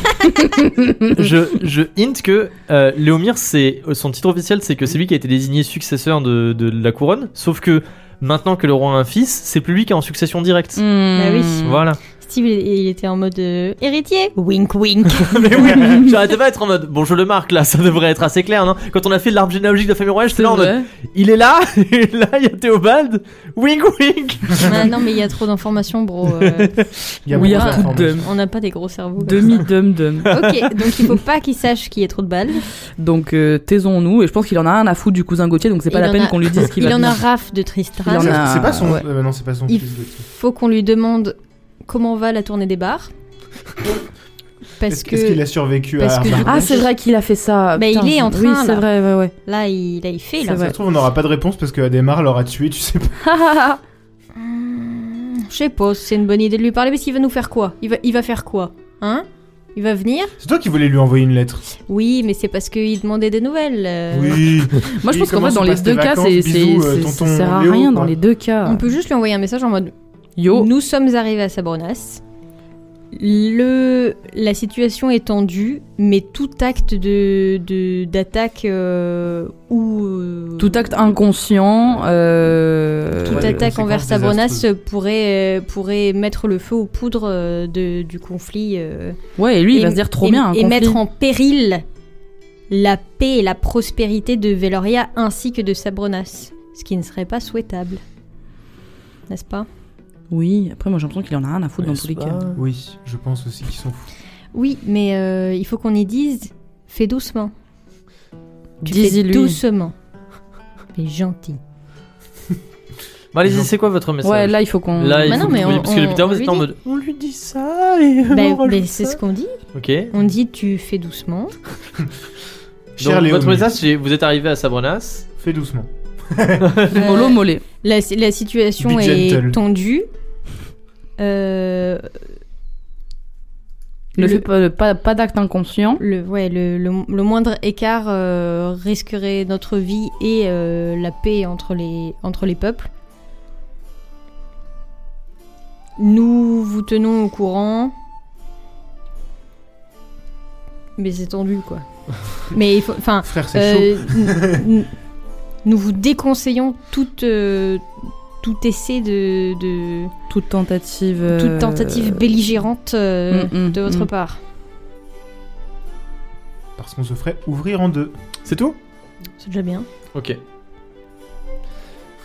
je, je hint que euh, Léomir, c'est, son titre officiel, c'est que c'est lui qui a été désigné successeur de, de la couronne. Sauf que maintenant que le roi a un fils, c'est plus lui qui est en succession directe. Bah Hmm. oui. Voilà. Steve, il, il était en mode euh, héritier. Wink, wink. Mais oui, j'arrêtais pas d'être en mode Bon, je le marque là, ça devrait être assez clair, non Quand on a fait l'arbre généalogique de la famille royale, j'étais là en mode Il est là, et là, il y a Théobald. Wink wink Ah, non, mais il y a trop d'informations, bro. euh, Il y a We beaucoup are tout d'informations. dumb. on n'a pas des gros cerveaux. comme Demi dum dum. ça. Ok, donc il faut pas qu'il sache qu'il y a trop de balles. Donc euh, taisons-nous et je pense qu'il en a rien à foutre du cousin Gauthier donc c'est pas Il la en peine a- qu'on lui dise qu'il Il va en a venir. raf de Il Tristram. en C'est a- c'est pas son. Ouais. euh, non, c'est pas son Il- fils de tout. faut qu'on lui demande comment va la tournée des bars. Parce Est-ce que est-ce qu'il a survécu parce à que du Harvard coup- Ah c'est vrai qu'il a fait ça. Bah, Putain, il est en je- train, Oui c'est là. vrai ouais ouais. là, il, là, il fait. C'est Là. vrai. Ça se trouve, on n'aura pas de réponse parce que Adhémar l'aura tué, tu sais pas. Ah, ah, ah. Hmm, Je sais pas si c'est une bonne idée de lui parler, parce qu'il va nous faire quoi il va, il va faire quoi Hein Il va venir C'est toi qui voulais lui envoyer une lettre. Oui, mais c'est parce qu'il demandait des nouvelles. euh. Oui. Moi, je Et pense qu'en comment fait, dans se les passent deux tes cas, vacances c'est, Bisous, c'est- euh, c'est- tonton ça sert à Léo, rien quoi. dans les deux cas. On peut juste lui envoyer un message en mode Yo, Nous sommes arrivés à Sabronas. Le, la situation est tendue, mais tout acte de de- d'attaque euh, ou euh, tout acte inconscient. euh, toute Ouais, attaque les envers conséquences Sabronas désastreuses. pourrait euh, pourrait mettre le feu aux poudres euh, de- du conflit. euh, Ouais, et lui, il et- va se dire trop et- bien. un et conflit. mettre en péril la paix et la prospérité de Veloria ainsi que de Sabronas, ce qui ne serait pas souhaitable, n'est-ce pas Oui, après, moi, j'ai l'impression qu'il en a rien à foutre dans tous les cas. Oui, je pense aussi qu'ils sont fous. Oui, mais euh, il faut qu'on y dise fais doucement. Tu fais Dis-lui. doucement. Mais gentil. Bon, allez-y, c'est quoi votre message Ouais, là, il faut qu'on. Là, il Bah faut non, que mais vous trouviez, on- parce que depuis on- tout à l'heure, vous on lui êtes en dit. mode. On lui dit ça et. Bah, on rajoute mais c'est ça. ce qu'on dit. Ok. On dit tu fais doucement. Cher Donc, Léo, votre message, c'est vous êtes arrivé à Sabronas. fais doucement. Mollo, Euh, mollet. la, la situation Be est gentle. tendue. Euh, Ne le- fais pas, pas, pas d'acte inconscient. le, ouais, le, le- le moindre écart euh, risquerait notre vie et euh, la paix entre les, entre les peuples. Nous vous tenons au courant. Mais c'est tendu, quoi. Mais il faut. Enfin. Frère, c'est chaud. euh, n- n- nous vous déconseillons toute, euh, tout essai de. de- Toute tentative. euh, toute tentative belligérante euh, mm, mm, de votre mm. part. Parce qu'on se ferait ouvrir en deux. C'est tout C'est déjà bien. Ok.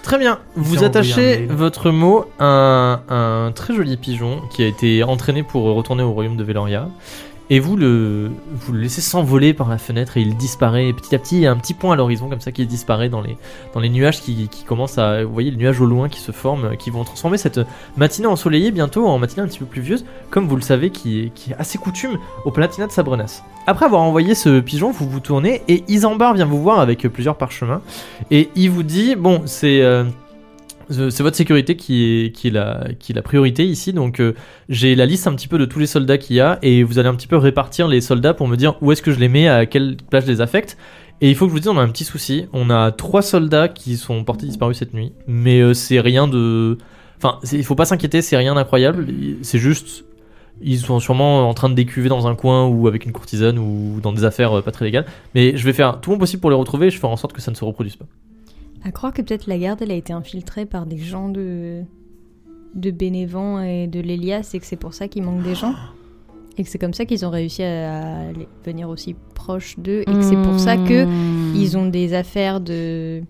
Très bien. Vous J'ai envoyé un attachez mail. votre mot à un, un très joli pigeon qui a été entraîné pour retourner au royaume de Veloria. Et vous le, vous le laissez s'envoler par la fenêtre et il disparaît. Et petit à petit, il y a un petit point à l'horizon comme ça qui disparaît dans les, dans les nuages qui, qui commencent à. Vous voyez le nuage au loin qui se forme, qui vont transformer cette matinée ensoleillée bientôt en matinée un petit peu pluvieuse, comme vous le savez, qui est, qui est assez coutume au Palatinat de Sabrenas. Après avoir envoyé ce pigeon, vous vous tournez et Isambard vient vous voir avec plusieurs parchemins et il vous dit bon, c'est euh, c'est votre sécurité qui est, qui, est la, qui est la priorité ici, donc euh, j'ai la liste un petit peu de tous les soldats qu'il y a et vous allez un petit peu répartir les soldats pour me dire où est-ce que je les mets, à quelle place je les affecte. Et il faut que je vous dise, on a un petit souci. On a trois soldats qui sont portés disparus cette nuit, mais euh, c'est rien de. Enfin, c'est- il faut pas s'inquiéter, c'est rien d'incroyable. C'est juste, ils sont sûrement en train de décuver dans un coin ou avec une courtisane ou dans des affaires euh, pas très légales. Mais je vais faire tout mon possible pour les retrouver. et Je ferai en sorte que ça ne se reproduise pas. À croire que peut-être la garde, elle a été infiltrée par des gens de de Bénévent et de l'Elias et que c'est pour ça qu'il manque des gens et que c'est comme ça qu'ils ont réussi à, à les- venir aussi proche d'eux et que c'est pour ça Hmm. que Hmm. ils ont des affaires de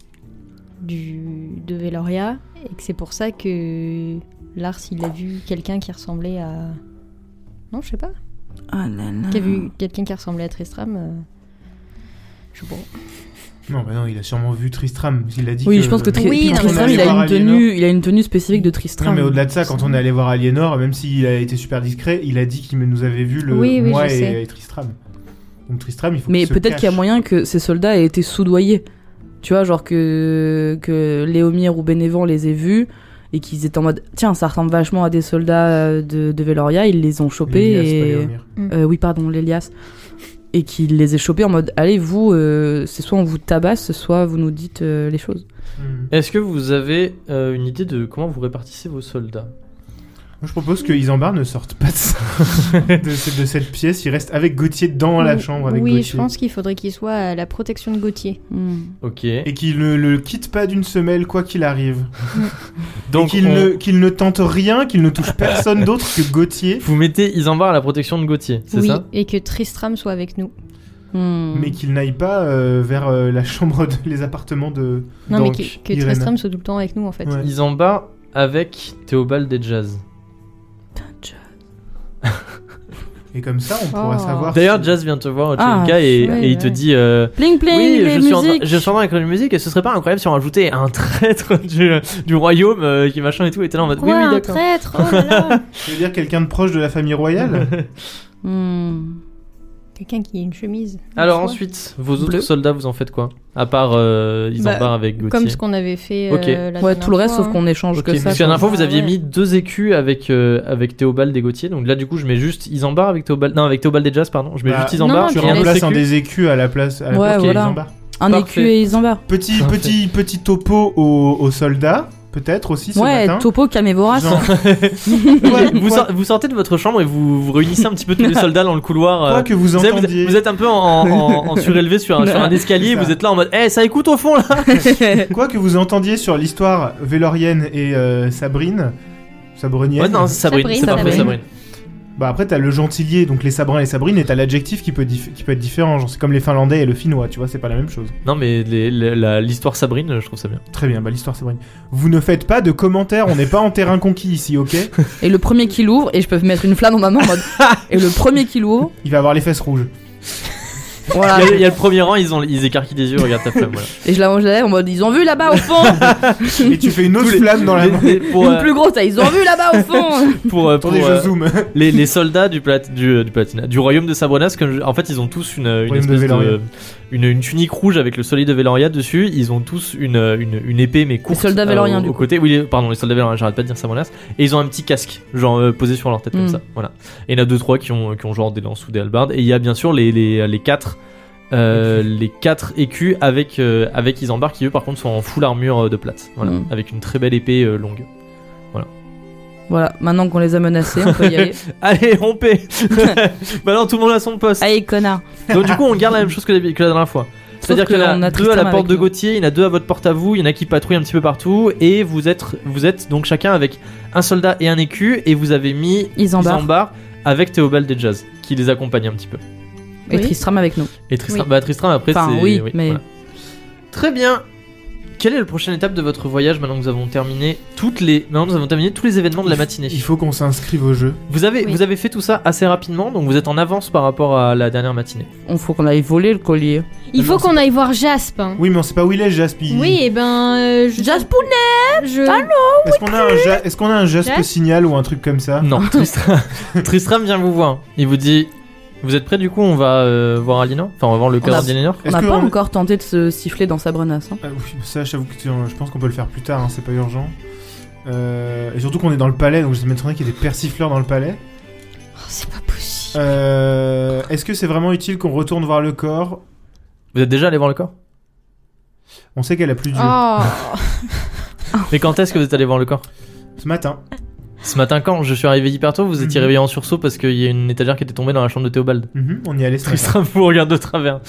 du de Veloria et que c'est pour ça que Lars il a vu quelqu'un qui ressemblait à non je sais pas Ah là là. qui a vu quelqu'un qui ressemblait à Tristram euh, je sais pas Non, bah non, il a sûrement vu Tristram. Il a dit Oui, je pense que Tri- Oui, puis non, mais Tristram, ça, il c'est a, voir une Aliénor. tenue, il a une tenue spécifique de Non, Tristram. mais au-delà de ça, quand on est allé voir Aliénor, même s'il a été super discret, il a dit qu'il nous avait vu le Oui, oui, moi je sais. et, et Tristram. Donc Tristram, il faut Mais qu'il se peut-être qu'il y a cache. moyen que ces soldats aient été soudoyés. Tu vois, genre que, que Léomir ou Bénévent les aient vus et qu'ils étaient en mode tiens, ça ressemble vachement à des soldats euh, de, de Veloria, ils les ont chopés. Lélias, et... pas Léomir. Euh, oui, pardon, l'Elias. Et qu'il les ait chopés en mode allez, vous, euh, c'est soit on vous tabasse, soit vous nous dites euh, les choses. Hmm. Est-ce que vous avez euh, une idée de comment vous répartissez vos soldats Moi, je propose que Isambard ne sorte pas de, ça- de, ce- de cette pièce. Il reste avec Gauthier dans la Ou- chambre. Avec oui Gauthier. je pense qu'il faudrait qu'il soit à la protection de Gauthier Hmm. Ok. Et qu'il ne le quitte pas d'une semelle, quoi qu'il arrive. Et Donc qu'il on- ne, qu'il ne tente rien, qu'il ne touche personne d'autre que Gauthier, vous mettez Isambard à la protection de Gauthier, c'est oui, ça et que Tristram soit avec nous. Hmm. mais qu'il n'aille pas euh, vers euh, la chambre, de, les appartements de. Non, Donc, mais que, que Irène. Tristram soit tout le temps avec nous, en fait. Ouais. Isambard avec Théobald et Jazz. Et comme ça, on pourra Oh. savoir. D'ailleurs, si- Jazz vient te voir, Ah, Chelinka, et, chouette, et il te ouais. dit euh, Pling pling, Oui, les je suis, en train, musiques. je suis en train d'écrire une musique et ce serait pas incroyable si on rajoutait un traître du, du royaume euh, qui machin et tout était là en mode Quoi, Oui, oui, un d'accord. traître Oh là là Je veux dire quelqu'un de proche de la famille royale Hmm. Quelqu'un qui a une chemise. Alors en soi. ensuite, vos autres Bleu. soldats, vous en faites quoi À part euh, ils Bah, en barrent avec Gauthier. Comme ce qu'on avait fait euh, Ok. la Ouais, dernière tout le reste, fois, sauf hein. qu'on échange Ok, que ça. parce que la dernière fois, vous Ah aviez ouais. mis deux écus avec, euh, avec Théobald et Gauthier. Donc là, du coup, je mets juste Isambard avec Théobald. Non, avec Théobald et Jazz, pardon. Je mets Bah, juste non, Ah, Isambard. non, Tu tu et un laisses- remplaces autre un écu. des écus à la place. À la Ouais, place qu'ils voilà. embarquent. Un Parfait. écu et ils en barrent. Petit, Parfait. petit, petit topo aux, aux soldats, peut-être aussi ce Ouais, matin. topo camévorace. Genre, Ok, quoi- vous, sor- vous sortez de votre chambre et vous, vous réunissez un petit peu tous les soldats dans le couloir. euh, quoi que vous vous, savez, vous êtes, entendiez. vous êtes un peu en, en- en surélevé sur un, sur un escalier. C'est ça. Vous êtes là en mode, eh, ça écoute au fond là. Quoi que vous entendiez sur l'histoire Vélorienne et euh, Sabrine, Sabronienne. Ouais, non, c'est Sabrine. Sabrine, C'est parfait, Sabrine. Sabrine. Bah après t'as le gentilier, donc les Sabrins et les Sabrines, et t'as l'adjectif qui peut, dif- qui peut être différent. Genre c'est comme les Finlandais et le Finnois, tu vois, c'est pas la même chose. Non, mais les- les- la- l'histoire Sabrine, je trouve ça bien. Très bien, bah l'histoire Sabrine. Vous ne faites pas de commentaires, on n'est pas en terrain conquis ici, ok Et le premier qui l'ouvre, et je peux mettre une flamme dans ma main en mode. Et le premier qui l'ouvre, Il va avoir les fesses rouges. Ah, voilà. Il y, a, il y a le premier rang, ils, ont, ils écarquillent les yeux, regarde ta flamme. Voilà. Et je la mange la lèvre en mode, ils ont vu là-bas au fond Et tu fais une autre Tous les- flamme dans la les- main. les- pour, Une euh, plus grosse, ah, ils ont vu là-bas au fond pour, euh, pour, Attendez, euh, je zoome. les, les soldats du, plat, du, euh, du Palatinat- du royaume de Sabronas, comme je- en fait, ils ont tous une, une Royaume de espèce de, Véloria. une, une tunique rouge avec le soleil de Veloria dessus. Ils ont tous une, une, une épée mais courte. euh, soldats Véloriens, au, du au coup. côté. Oui, les- pardon, les soldats Véloriens. J'arrête pas de dire Sabronas. Et ils ont un petit casque, genre euh, posé sur leur tête comme Mm. ça. Voilà. Et il y en a deux trois qui ont, qui ont genre des lances ou des halbardes. Et il y a bien sûr les, les, les quatre. euh, les quatre écus avec euh, avec Isambard qui eux par contre sont en full armure euh, de plate voilà Mm. avec une très belle épée euh, longue Voilà, maintenant qu'on les a menacés, on peut y aller. allez rompez bah non tout le monde a son poste Allez, connard Donc du coup, on garde la même chose que la, que la dernière fois. C'est-à-dire qu'il y en a deux à la porte de Gauthier. Gauthier, il y en a deux à votre porte à vous, il y en a qui patrouillent un petit peu partout, et vous êtes, vous êtes donc chacun avec un soldat et un écu, et vous avez mis Ils en barrent. Isambard avec Théobald et Jazz, qui les accompagne un petit peu. Et Oui. Tristram avec nous. Et Tristram, Oui. bah, Tristram après, Enfin, c'est... oui, mais- Très bien quelle est la prochaine étape de votre voyage maintenant que nous avons terminé toutes les maintenant nous avons terminé tous les événements de la matinée Il faut qu'on s'inscrive au jeu. Vous avez Oui. vous avez fait tout ça assez rapidement donc vous êtes en avance par rapport à la dernière matinée. On faut qu'on aille voler le collier. Il faut Non, c'est qu'on aille voir Jaspe. hein. Oui, mais on sait pas où il est, Jaspe. il- Oui, et ben. euh, je... je... Est-ce Oh, qu'on a un, ja- est-ce qu'on a un Jaspe Jaspe signal ou un truc comme ça Non, Tristram, Tristram vient vous voir. Il vous dit Vous êtes prêts du coup On va euh, voir Alinor Enfin, on va voir le a- cadre d'Alinor On Est-ce n'a que pas on- encore tenté de se siffler dans sa brenasse. hein. Ah oui, ça, j'avoue que tu- je pense qu'on peut le faire plus tard, hein, c'est pas urgent. Euh, et surtout qu'on est dans le palais, donc je m'étonnerais qu'il y ait des persifleurs dans le palais. Oh, c'est pas possible. Euh, Est-ce que c'est vraiment utile qu'on retourne voir le corps Vous êtes déjà allé voir le corps On sait qu'elle a plus d'yeux. Oh. Mais quand est-ce que vous êtes allé voir le corps Ce matin. Ce matin, quand je suis arrivé hyper tôt, vous étiez Mhm. réveillé en sursaut parce qu'il y a une étagère qui était tombée dans la chambre de Théobald. Mhm, on y allait ce matin. Tristram vous regarde de travers.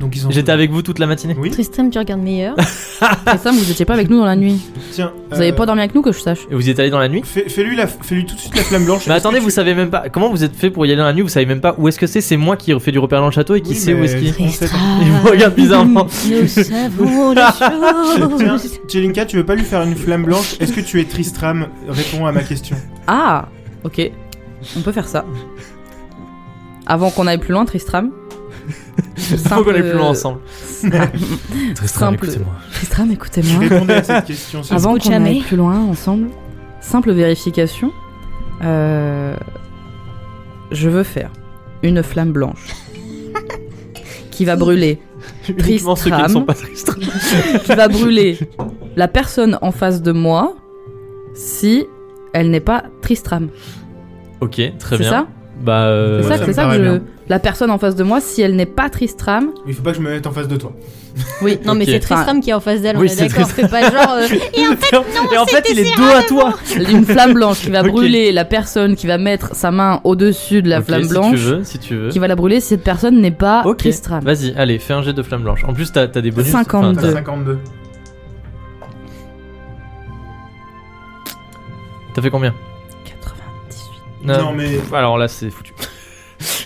Donc ils ont. J'étais avec vous toute la matinée. Oui. Tristram, tu regardes meilleur. Tristram, vous étiez pas avec nous dans la nuit. Tiens. euh, Vous Euh. avez pas dormi avec nous, que je sache. Et vous y êtes allé dans la nuit Fais, lui la, fais-lui tout de suite la flamme blanche. mais Est-ce que attendez, tu- vous savez même pas comment vous êtes fait pour y aller dans la nuit. Vous savez même pas où est-ce que c'est. C'est moi qui refais du repère dans le château et qui Oui, sait où mais est-ce qu'il est. on sait- Il vous regarde bizarrement. Nous savons les Tiens, Oh, choses. Tchelinka, tu veux pas lui faire une flamme blanche Est-ce que tu es Tristram Réponds à ma question. Ah Ok. On peut faire ça. Avant qu'on aille plus loin, Tristram. Faut Simple- qu'on aille plus loin ensemble. Tristram, Simple. écoutez-moi. Tristram, écoutez-moi. Répondez à cette question. s'il vous Avant Écoute qu'on jamais. aille plus loin ensemble, simple vérification. Euh, je veux faire une flamme blanche qui va brûler, Uniquement ceux qui ne Tristram. sont pas Tristram. qui va brûler la personne en face de moi si elle n'est pas Tristram. Ok, très C'est bien. ça Bah, euh, C'est Ouais, ça, ça c'est me ça que paraît je. bien. La personne en face de moi, si elle n'est pas Tristram, plaît. Il faut pas que je me mette en face de toi. Ah oui. Non, mais Ok. c'est Tristram qui est en face d'elle, Oui, on c'est est d'accord. Tristram. Fais pas genre. euh, Et en fait, il est dos à toi. une flamme blanche qui va Ok. brûler la personne qui va mettre sa main au-dessus de la Ok, flamme si blanche, tu veux, si tu veux. qui va la brûler si cette personne n'est pas Ok. Tristram. Vas-y, allez, fais un jet de flamme blanche. En plus, t'as t'as des bonus. 52. enfin, T'as Deux. 52. t'as- T'as fait combien 98. Non, mais. Alors là, c'est foutu.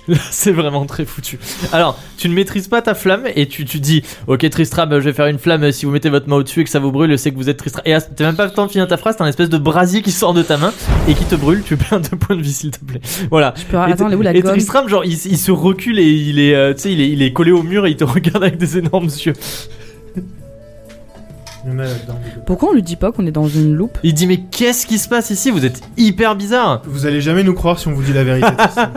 Là, c'est vraiment très foutu. Alors, tu ne maîtrises pas ta flamme et tu, tu dis Ok, Tristram, euh, je vais faire une flamme. euh, Si vous mettez votre main au-dessus et que ça vous brûle, c'est que vous êtes Tristram. Et à ce- t'as même pas le temps de finir ta phrase, t'as un espèce de brasier qui sort de ta main et qui te brûle. Tu perds deux points de vie, s'il te plaît. Voilà. Je peux... Attends, elle est où la et gomme Tristram, genre, il, s- il se recule et il est, euh, tu sais, il est, il est collé au mur et il te regarde avec des énormes yeux. Il y en a là-dedans, les gars. Pourquoi on lui dit pas qu'on est dans une loupe Il dit mais qu'est-ce qui se passe ici Vous êtes hyper bizarre. Vous allez jamais nous croire si on vous dit la vérité. Tristram.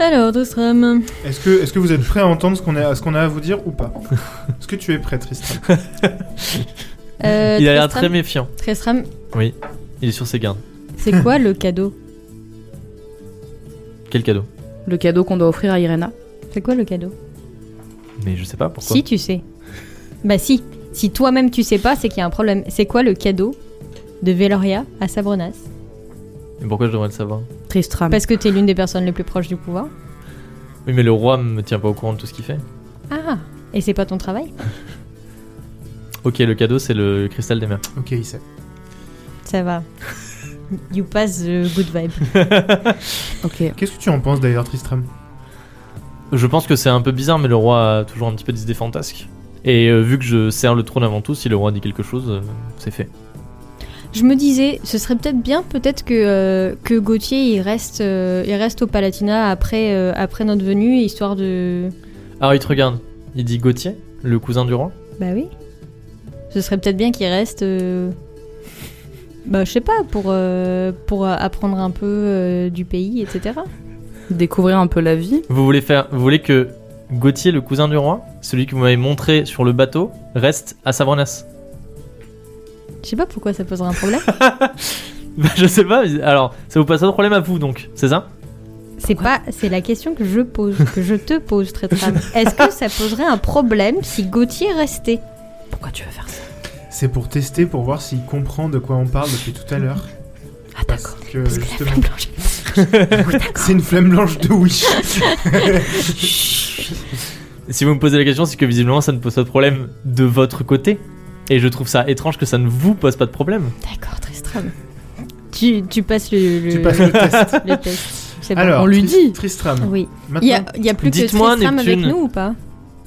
Alors, Dostram. Est-ce que, est-ce que vous êtes prêt à entendre ce qu'on a, ce qu'on a à vous dire ou pas Est-ce que tu es prêt, Tristan Euh, Il a l'air très Tristram- méfiant. Tristram, Il est sur ses gardes. c'est quoi le cadeau Quel cadeau Le cadeau qu'on doit offrir à Irena. C'est quoi le cadeau Mais je sais pas pourquoi. Si tu sais. Bah si. Si toi-même tu sais pas, c'est qu'il y a un problème. C'est quoi le cadeau de Veloria à Sabronas Mais pourquoi je devrais le savoir Tristram. Parce que t'es l'une des personnes les plus proches du pouvoir. Oui, mais le roi me tient pas au courant de tout ce qu'il fait. Ah Et c'est pas ton travail Ok, le cadeau, c'est le cristal des mers. Ok, il sait. Ça va. You pass the good vibe. Ok. Qu'est-ce que tu en penses d'ailleurs, Tristram Je pense que c'est un peu bizarre, mais le roi a toujours un petit peu des idées fantasques. Et euh, vu que je sers le trône avant tout, si le roi dit quelque chose, euh, c'est fait. Je me disais, ce serait peut-être bien, peut-être que, euh, que Gauthier il reste, euh, il reste au Palatinat après, euh, après notre venue, histoire de. Alors il te regarde, il dit Gauthier, le cousin du roi. Bah oui. Ce serait peut-être bien qu'il reste. euh, Bah, je sais pas, pour, euh, pour apprendre un peu euh, du pays, etc. Découvrir un peu la vie. Vous voulez faire, vous voulez que Gauthier, le cousin du roi, celui que vous m'avez montré sur le bateau, reste à Savronas Je sais pas pourquoi ça posera un problème. Bah, Je sais pas. mais- Alors ça vous passe pas de problème à vous donc, c'est ça C'est pas, c'est la question que je pose, que je te pose, très Est-ce que ça poserait un problème si Gauthier restait Pourquoi tu veux faire ça C'est pour tester, pour voir s'il comprend de quoi on parle depuis tout à l'heure. Ah Parce d'accord. que, Parce que la Euh, justement, flamme blanche. c'est une flamme blanche de Wish. Si vous me posez la question, c'est que visiblement ça ne pose pas de problème de votre côté. Et je trouve ça étrange que ça ne vous pose pas de problème. D'accord, Tristram. Tu, tu passes le, le- tu passes le test. le test. C'est bon. Alors, on lui Tris- dit. Tristram, Oui. Il y a, maintenant, il y a plus que Dites-moi, Tristram avec Neptune. nous ou pas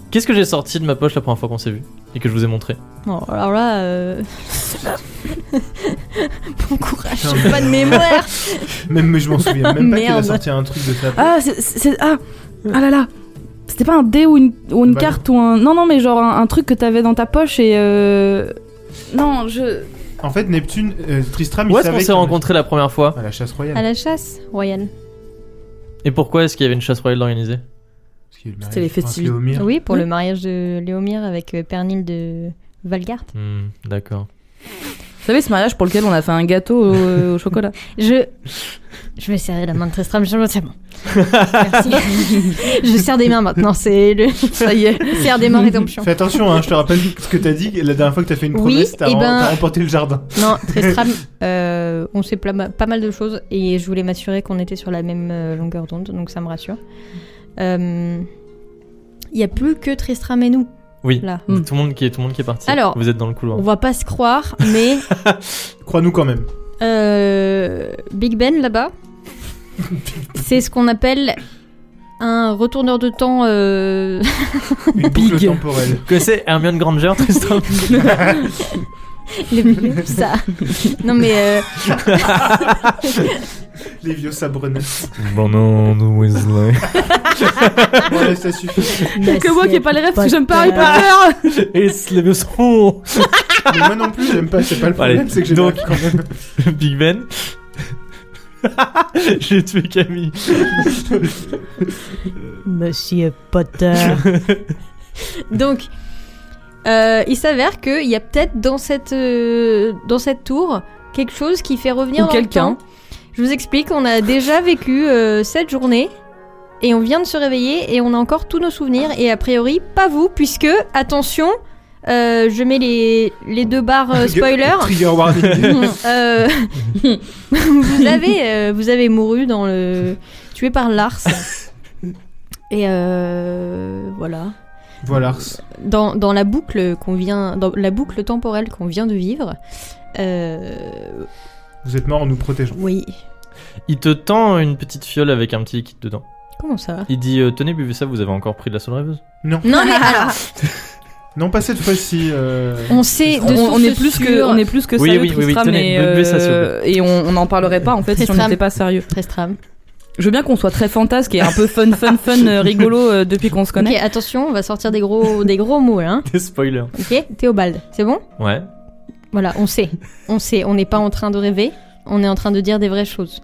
Qu'est-ce que j'ai sorti de ma poche la première fois qu'on s'est vu et que je vous ai montré Bon, alors là. euh, bon courage, Putain, j'ai pas de mémoire. même je m'en souviens même pas qu'il a Merde. sorti un truc de ça. Ah c'est- c'est ah ah là là. C'était pas un dé ou une, ou une Bah, carte ou un non non mais genre un, un truc que t'avais dans ta poche et euh... non je En fait, Neptune, euh, Tristram, Où il est-ce savait qu'on s'est qu'il y en a- rencontrés la première fois À la chasse À royale. la chasse, Royal. Et pourquoi est-ce qu'il y avait une chasse royale organisée Parce qu'il y a eu le C'était mariage les du prince festivités. Léomir. Oui, pour Oui. le mariage de Léomir avec euh, Pernil de Valgard. Hmm, D'accord. vous savez ce mariage pour lequel on a fait un gâteau au, au chocolat Je. Je vais serrer la main de Tristram, je- c'est bon. Merci. je serre des mains maintenant, c'est le. ça y est Serre des mains rédemption. Fais attention, hein, je te rappelle ce que t'as dit la dernière fois que t'as fait une Oui, promesse, t'as eh rem- ben- t'as remporté le jardin. Non, Tristram, euh, on sait pla- pas mal de choses et je voulais m'assurer qu'on était sur la même euh, longueur d'onde, donc ça me rassure. Euh, Il y a plus que Tristram et nous, Oui. là. Mm. Tout le monde qui est tout le monde qui est parti. Alors- vous êtes dans le couloir. On va pas se croire, mais Crois-nous quand même. euh, Big Ben, là-bas, c'est ce qu'on appelle un retourneur de temps... euh, Une boucle Big. temporelle. Que c'est Hermione Granger, Tristan les- les- ça. Non, mais... euh, Les vieux sabronnets. Banane Weasley. Voilà, ça suffit. bah, que moi qui ai pas les rêves parce que j'aime pas Harry Bâtard. Potter Et c'est les leçons Mais moi non plus, j'aime pas, c'est pas le problème, Allez, c'est que j'ai donc- pas quand même. Big Ben. J'ai tué Camille. Monsieur Potter. Donc, euh, il s'avère qu'il y a peut-être dans cette, euh, dans cette tour quelque chose qui fait revenir Ou dans le quelqu'un. temps. Je vous explique, on a déjà vécu euh, cette journée et on vient de se réveiller et on a encore tous nos souvenirs et a priori pas vous puisque, attention, euh, je mets les, les deux barres euh, spoiler. Trigger warning. Euh, vous, avez, euh, vous avez mouru dans le. tué par Lars. Et euh, voilà. voilà. Dans, dans la boucle qu'on vient. Dans la boucle temporelle qu'on vient de vivre. euh, Vous êtes morts en nous protégeant. oui. Il te tend une petite fiole avec un petit liquide dedans. Comment ça Il dit euh, Tenez, buvez ça, vous avez encore pris de la sonde rêveuse. Non mais alors, Non, pas cette fois-ci. euh, on sait de on, on source est plus que sûre- on est plus que Oui, sérieux oui, oui, oui, Tristram, tenez, et, buvez ça, s'il vous et on, on en parlerait pas en fait si on Tristram. n'était pas sérieux Tristram. je veux bien qu'on soit très fantasque et un peu fun fun fun euh, rigolo euh, depuis qu'on se Ok, connaît attention, on va sortir des gros, des gros mots là. hein. Des spoilers. Ok, Théobald, c'est bon Ouais. Voilà, on sait. On sait, on n'est pas en train de rêver, on est en train de dire des vraies choses.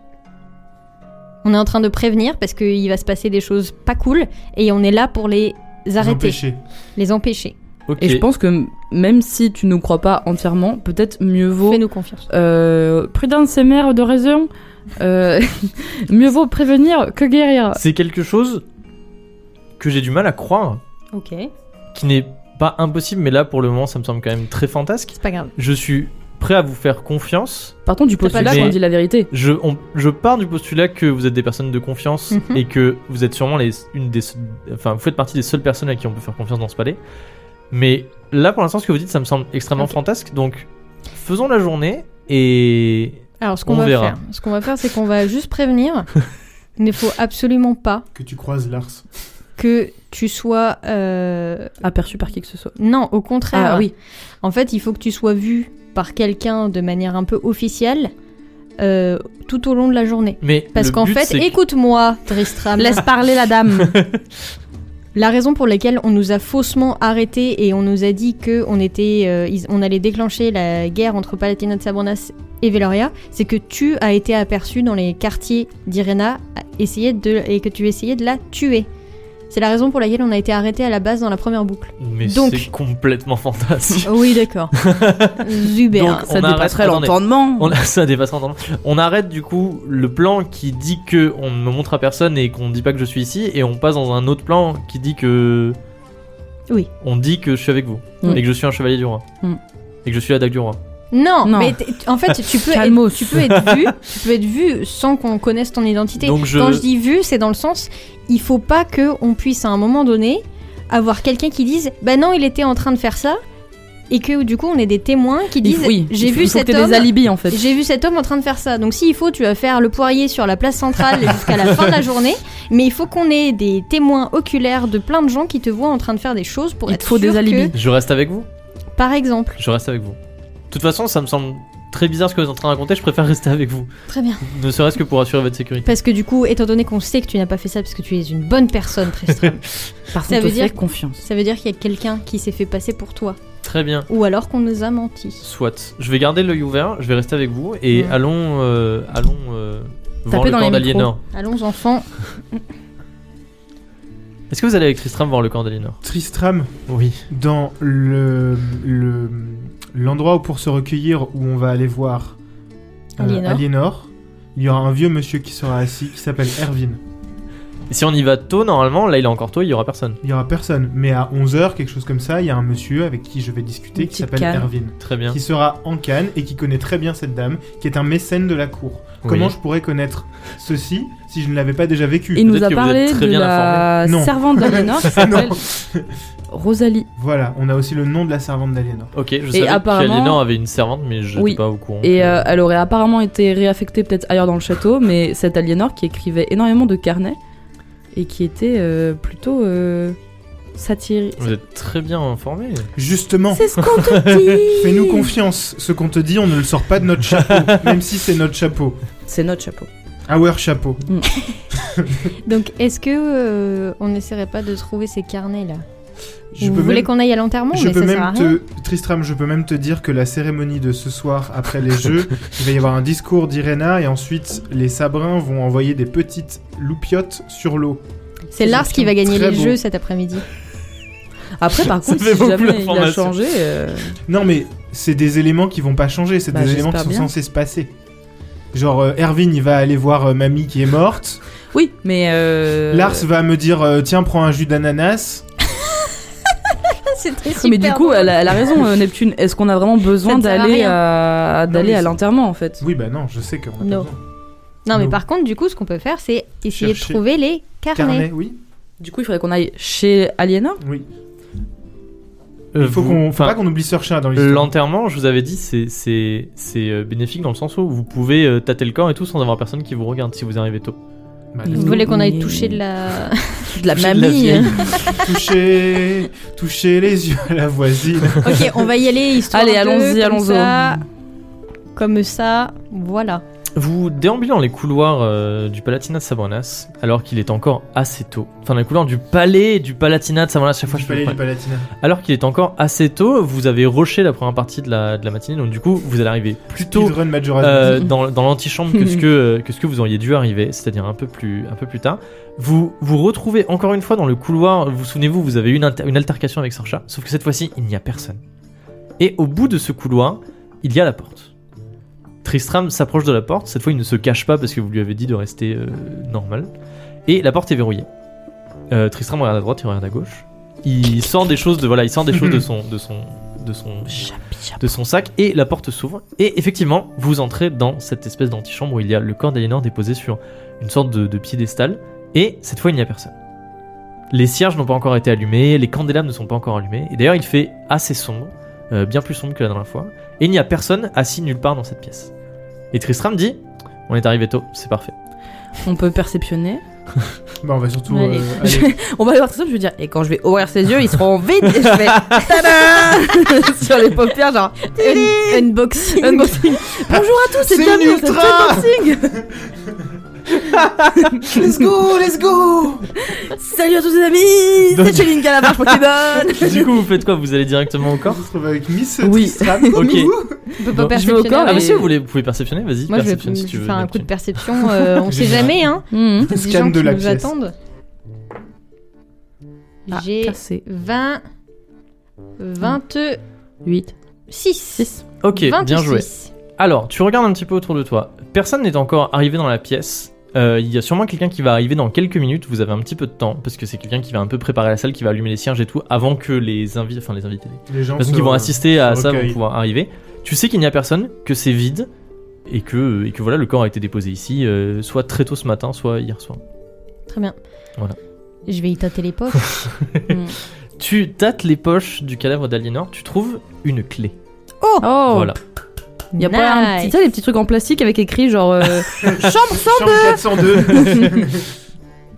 On est en train de prévenir parce qu'il va se passer des choses pas cool et on est là pour les arrêter, Empêcher. les empêcher. Ok. Et je pense que même si tu ne crois pas entièrement, peut-être mieux vaut Fais-nous confiance. euh, prudence et mère de raison. Euh, mieux vaut prévenir que guérir. C'est quelque chose que j'ai du mal à croire, Ok, qui n'est pas impossible, mais là pour le moment ça me semble quand même très fantasque. c'est pas grave. Je suis prêt à vous faire confiance. Partons du T'as pas postulat le choix. qu'on dit la vérité. Je, on- je pars du postulat que vous êtes des personnes de confiance Mhm. et que vous êtes sûrement les, une des, se- enfin vous faites partie des seules personnes à qui on peut faire confiance dans ce palais. Mais là pour l'instant ce que vous dites ça me semble extrêmement Ok. fantasque, donc faisons la journée et Alors ce qu'on On va verra. faire, ce qu'on va faire, c'est qu'on va juste prévenir. Il ne faut absolument pas Que tu croises Lars. que tu sois euh, Aperçu par qui que ce soit. non, au contraire. Ah oui. En fait, il faut que tu sois vu par quelqu'un de manière un peu officielle euh, tout au long de la journée. mais Parce le qu'en but, fait, c'est que- écoute-moi, Tristram. Laisse parler la dame. La raison pour laquelle on nous a faussement arrêtés et on nous a dit que on était, euh, ils- on allait déclencher la guerre entre Palatinat de Sabornas et Veloria, c'est que tu as été aperçu dans les quartiers d'Irena à- essayer de, et que tu essayais de la tuer. C'est la raison pour laquelle on a été arrêté à la base dans la première boucle. mais donc- c'est complètement fantastique. Oh Oui, d'accord. Zuber. Donc, Ça on arrête- dépasserait attendez. l'entendement. On ça dépasse l'entendement. On arrête du coup le plan qui dit que on ne me montre à personne et qu'on ne dit pas que je suis ici, et on passe dans un autre plan qui dit que. Oui. On dit que je suis avec vous Mm. et que je suis un chevalier du roi Mm. et que je suis la dague du roi. Non, Non. mais t- en fait, tu peux, Calmos. être, tu peux être vu, tu peux être vu sans qu'on connaisse ton identité. Donc je- Quand je dis vu, c'est dans le sens, il faut pas que on puisse à un moment donné avoir quelqu'un qui dise, bah non, il était en train de faire ça, et que du coup on ait des témoins qui Il disent, faut- oui, j'ai il faut- vu il faut que cet t'aies homme. des alibis en fait. J'ai vu cet homme en train de faire ça. Donc s'il faut, tu vas faire le poirier sur la place centrale jusqu'à la fin de la journée. Mais il faut qu'on ait des témoins oculaires de plein de gens qui te voient en train de faire des choses pour Il te être faut des sûr alibis. Je reste avec vous. que, par exemple. Je reste avec vous. De toute façon, ça me semble très bizarre ce que vous êtes en train de raconter. Je préfère rester avec vous, Très bien. ne serait-ce que pour assurer votre sécurité. Parce que du coup, étant donné qu'on sait que tu n'as pas fait ça parce que tu es une bonne personne, Tristram, Par Ça contre, veut fais dire- confiance. ça veut dire qu'il y a quelqu'un qui s'est fait passer pour toi. Très bien. Ou alors qu'on nous a menti. Soit. Je vais garder l'œil ouvert. Je vais rester avec vous et Mm. allons, euh, allons euh, voir Tapez le dans camp les d'Aliénor. Allons, enfants. Est-ce que vous allez avec Tristram voir le camp d'Aliénor Tristram, Oui. dans le le- l'endroit où pour se recueillir où on va aller voir euh, Aliénor. Aliénor, il y aura un vieux monsieur qui sera assis qui s'appelle Erwin. Et si on y va tôt, normalement, là il est encore tôt, il y aura personne. Il y aura personne, mais à 11h, quelque chose comme ça, il y a un monsieur avec qui je vais discuter Une qui petite s'appelle canne. Erwin, Très bien. qui sera en Cannes et qui connaît très bien cette dame, qui est un mécène de la cour. Comment je pourrais connaître ceci si je ne l'avais pas déjà vécu Il nous Peut-être a que vous êtes parlé très de bien la informés. Non. servante d'Aliénor qui s'appelle Rosalie. Voilà, on a aussi le nom de la servante d'Aliénor. Ok, je savais apparemment- qu'Aliénor avait une servante, mais je n'étais Oui. pas au courant. Et euh, elle aurait apparemment été réaffectée peut-être ailleurs dans le château, mais cette Aliénor qui écrivait énormément de carnets et qui était euh, plutôt euh, satirique. Vous êtes très bien informé. Justement, C'est ce qu'on te dit fais-nous confiance, ce qu'on te dit, on ne le sort pas de notre chapeau, même si c'est notre chapeau. C'est notre chapeau. Our chapeau. Donc, est-ce que euh, on n'essaierait pas de trouver ces carnets là Je Vous peux voulez même- qu'on aille à l'enterrement je Mais peux ça même sert à rien. te, Tristram, je peux même te dire que la cérémonie de ce soir après les jeux, il va y avoir un discours d'Irena et ensuite les sabrins vont envoyer des petites loupiottes sur l'eau. C'est Lars qui va gagner Très les beau. jeux cet après-midi. Après, par Ça contre, fait si beaucoup jamais il a d'informations. changé, euh, Non, mais c'est des éléments qui vont pas changer, c'est Bah, des éléments qui j'espère sont bien. censés se passer. Genre, euh, Erwin, il va aller voir euh, mamie qui est morte. oui, mais euh, Lars va me dire euh, Tiens, prends un jus d'ananas. Ah, Mais du coup, elle a, elle a raison, euh, Neptune. Est-ce qu'on a vraiment besoin ne sert à d'aller rien. à, Non, d'aller mais à c'est- l'enterrement en fait Oui, bah non, je sais qu'on a pas Non. besoin. Non, mais Non. par contre, du coup, ce qu'on peut faire, c'est essayer Chercher. de trouver les carnets. Carnet, oui. Du coup, il faudrait qu'on aille chez Aliénor. oui. Euh, Il faut vous- qu'on faut enfin, pas qu'on oublie Searcher dans l'histoire. L'enterrement, je vous avais dit, c'est- c'est c'est, euh, bénéfique dans le sens où vous pouvez euh, tâter le corps et tout sans avoir personne qui vous regarde si vous arrivez tôt. Bah, Mmh. Vous voulez qu'on aille Mais- toucher de la. De la Toucher de la mamie. vieille. toucher, toucher les yeux à la voisine. ok, on va y aller histoire Allez, de, allons-y, comme allons-y. ça, Comme ça, voilà. Vous déambulez dans les couloirs euh, du Palatinat de Savonas, alors qu'il est encore assez tôt. Enfin, dans les couloirs du palais du Palatinat de Savonas, chaque fois je Je fais peux aller le du Palatinat. Alors qu'il est encore assez tôt, vous avez rushé la première partie de la, de la matinée, donc du coup, vous allez arriver plus tôt Speedrun Majora's euh, Mhm. dans, dans l'antichambre que ce que, euh, que ce que vous auriez dû arriver, c'est-à-dire un peu plus un peu plus tard. Vous vous retrouvez encore une fois dans le couloir. Vous souvenez-vous, vous avez eu une, inter- une altercation avec Sorcha, sauf que cette fois-ci, il n'y a personne. Et au bout de ce couloir, il y a la porte. Tristram s'approche de la porte. Cette fois, il ne se cache pas parce que vous lui avez dit de rester euh, normal. Et la porte est verrouillée. Euh, Tristram regarde à droite, il regarde à gauche. Il sort des choses de voilà, il sort des choses de son de son de son de son sac et la porte s'ouvre. Et effectivement, vous entrez dans cette espèce d'antichambre où il y a le corps d'Elénor déposé sur une sorte de, de piédestal. Et cette fois, il n'y a personne. Les cierges n'ont pas encore été allumés, les candélabres ne sont pas encore allumés. Et d'ailleurs, il fait assez sombre, euh, bien plus sombre que la dernière fois. Et il n'y a personne assis nulle part dans cette pièce. Et Tristram dit On est arrivé tôt, c'est parfait. On peut perceptionner. Bah, on va surtout. Allez. euh, aller- On va aller voir Tristan, je veux dire. Et quand je vais ouvrir ses yeux, ils seront vides. Et je fais Tada sur les paupières, genre. Un- Unboxing. Unboxing. Bonjour à tous, c'est C'est bienvenue une à cet ultra unboxing. let's go, let's go Salut à tous les amis, Donc- c'est Chelinka la barge Pokémon. du coup, vous faites quoi Vous allez directement au corps On se retrouve avec Miss Oui. Tristram. Ok. On Bon, peut pas je vais au perceptionner. corps, avant. Ah, mais- bah si vous voulez, vous pouvez perceptionner, vas-y, Moi, je vais, perceptionne si tu je vais veux. faire un coup Neptune. de perception. euh, on sait jamais, hein. Mhm. Des Scan gens de qui la nous pièce. attendent. Ah, J'ai cassé. 20. 26. 8, 6. Ok, bien joué. 26. Alors, tu regardes un petit peu autour de toi. Personne n'est encore arrivé dans la pièce. Euh, Il y a sûrement quelqu'un qui va arriver dans quelques minutes. Vous avez un petit peu de temps parce que c'est quelqu'un qui va un peu préparer la salle, qui va allumer les cierges et tout avant que les invités, enfin les invités, les Les gens personnes se- qui vont assister à se ça vont recueillent. pouvoir arriver. Tu sais qu'il n'y a personne, que c'est vide et que et que voilà le corps a été déposé ici, euh, soit très tôt ce matin, soit hier soir. Très bien. Voilà. Je vais y tâter les poches. Tu tâtes les poches du cadavre d'Aliénor. Tu trouves une clé. Oh, Voilà. Il y a pas un petit, tu Nice. sais, les petits trucs en plastique avec écrit genre euh, chambre sans. Chambre 402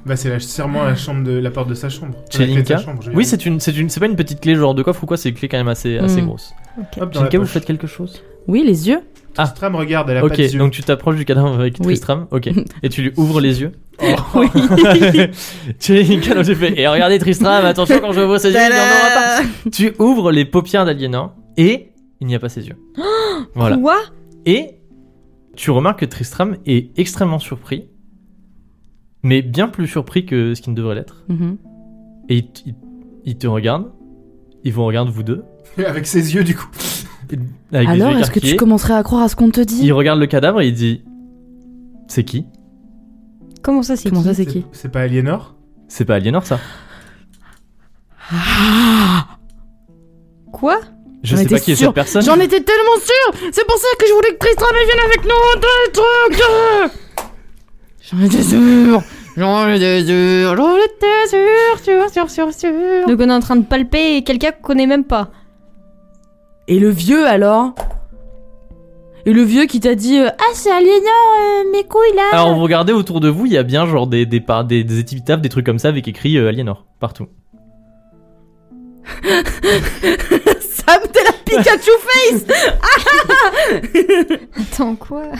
Bah, c'est la- sûrement la chambre de la porte de sa chambre. Chez La clé de sa Linka chambre, je vais Oui, dire. c'est une, c'est une, c'est pas une petite clé genre de coffre ou quoi. C'est une clé quand même assez assez Hmm. grosse. Hop, dans la Chinka, vous poche. faites quelque chose Oui, les yeux. Ah. Tristram regarde, elle a pas de Ok, yeux. donc tu t'approches du cadavre avec Oui. Tristram, ok, et tu lui ouvres les yeux. Oh. Oui. tu es nickel, j'ai fait. Et regardez Tristram, attention quand je vois ses yeux, il n'en aura pas. Tu ouvres les paupières d'Aliénor et il n'y a pas ses yeux. voilà. Quoi Et tu remarques que Tristram est extrêmement surpris, mais bien plus surpris que ce qu'il ne devrait l'être. Mhm. Et il, t- il- il te regarde, il vous regarde vous deux. Avec ses yeux, du coup. Avec les Alors, yeux est-ce que tu écarquillés. commencerais à croire à ce qu'on te dit Il regarde le cadavre et il dit C'est qui Comment ça, c'est Comment qui ça, c'est qui C'est pas Aliénor C'est pas Aliénor ça Ah. Quoi Je J'en sais étais pas qui est sûre. cette personne. J'en étais tellement sûr C'est pour ça que je voulais que Tristram vienne avec nous on doit les trucs J'en étais sûr J'en étais sûr J'en étais sûr, sûr, sûr, sûr, sûr Donc on est en train de palper quelqu'un qu'on connaît même pas. Et le vieux alors Et le vieux qui t'a dit euh, Ah c'est Aliénor, euh, mes couilles là Alors vous regardez autour de vous, il y a bien genre des des, par- des, des épitaphes, des trucs comme ça avec écrit euh, Aliénor partout. Sam t'es la Pikachu face Attends, quoi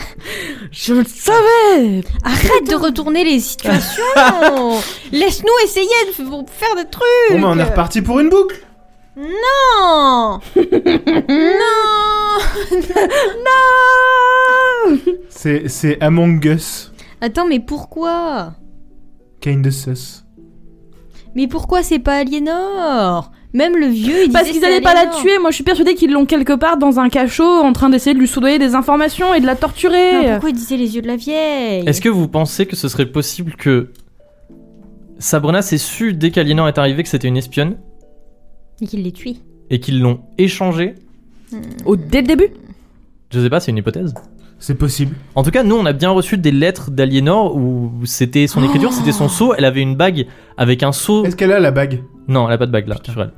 Je le savais Arrête de retourner les situations Laisse-nous essayer de f- faire des trucs Bon, bah, on est reparti pour une boucle Non Non C'est c'est Among Us, Attends, mais pourquoi Kind of Sus. Mais pourquoi c'est pas Aliénor Même le vieux, il Parce disait qu'ils c'est allaient pas la Aliénor. tuer, moi je suis persuadée qu'ils l'ont quelque part dans un cachot en train d'essayer de lui soudoyer des informations et de la Ah, torturer pourquoi il disait les yeux de la vieille Est-ce que vous pensez que ce serait possible que Sabrina s'est su dès qu'Aliénor est arrivée que c'était une espionne Et qu'il les tue. et qu'ils l'ont échangée Au, Dès le début Je sais pas, c'est une hypothèse. C'est possible. En tout cas, nous on a bien reçu des lettres d'Aliénor où c'était son écriture, c'était son sceau, elle avait une bague avec un sceau. Oh. Est-ce qu'elle a la bague Non, elle a pas de bague là, sur elle.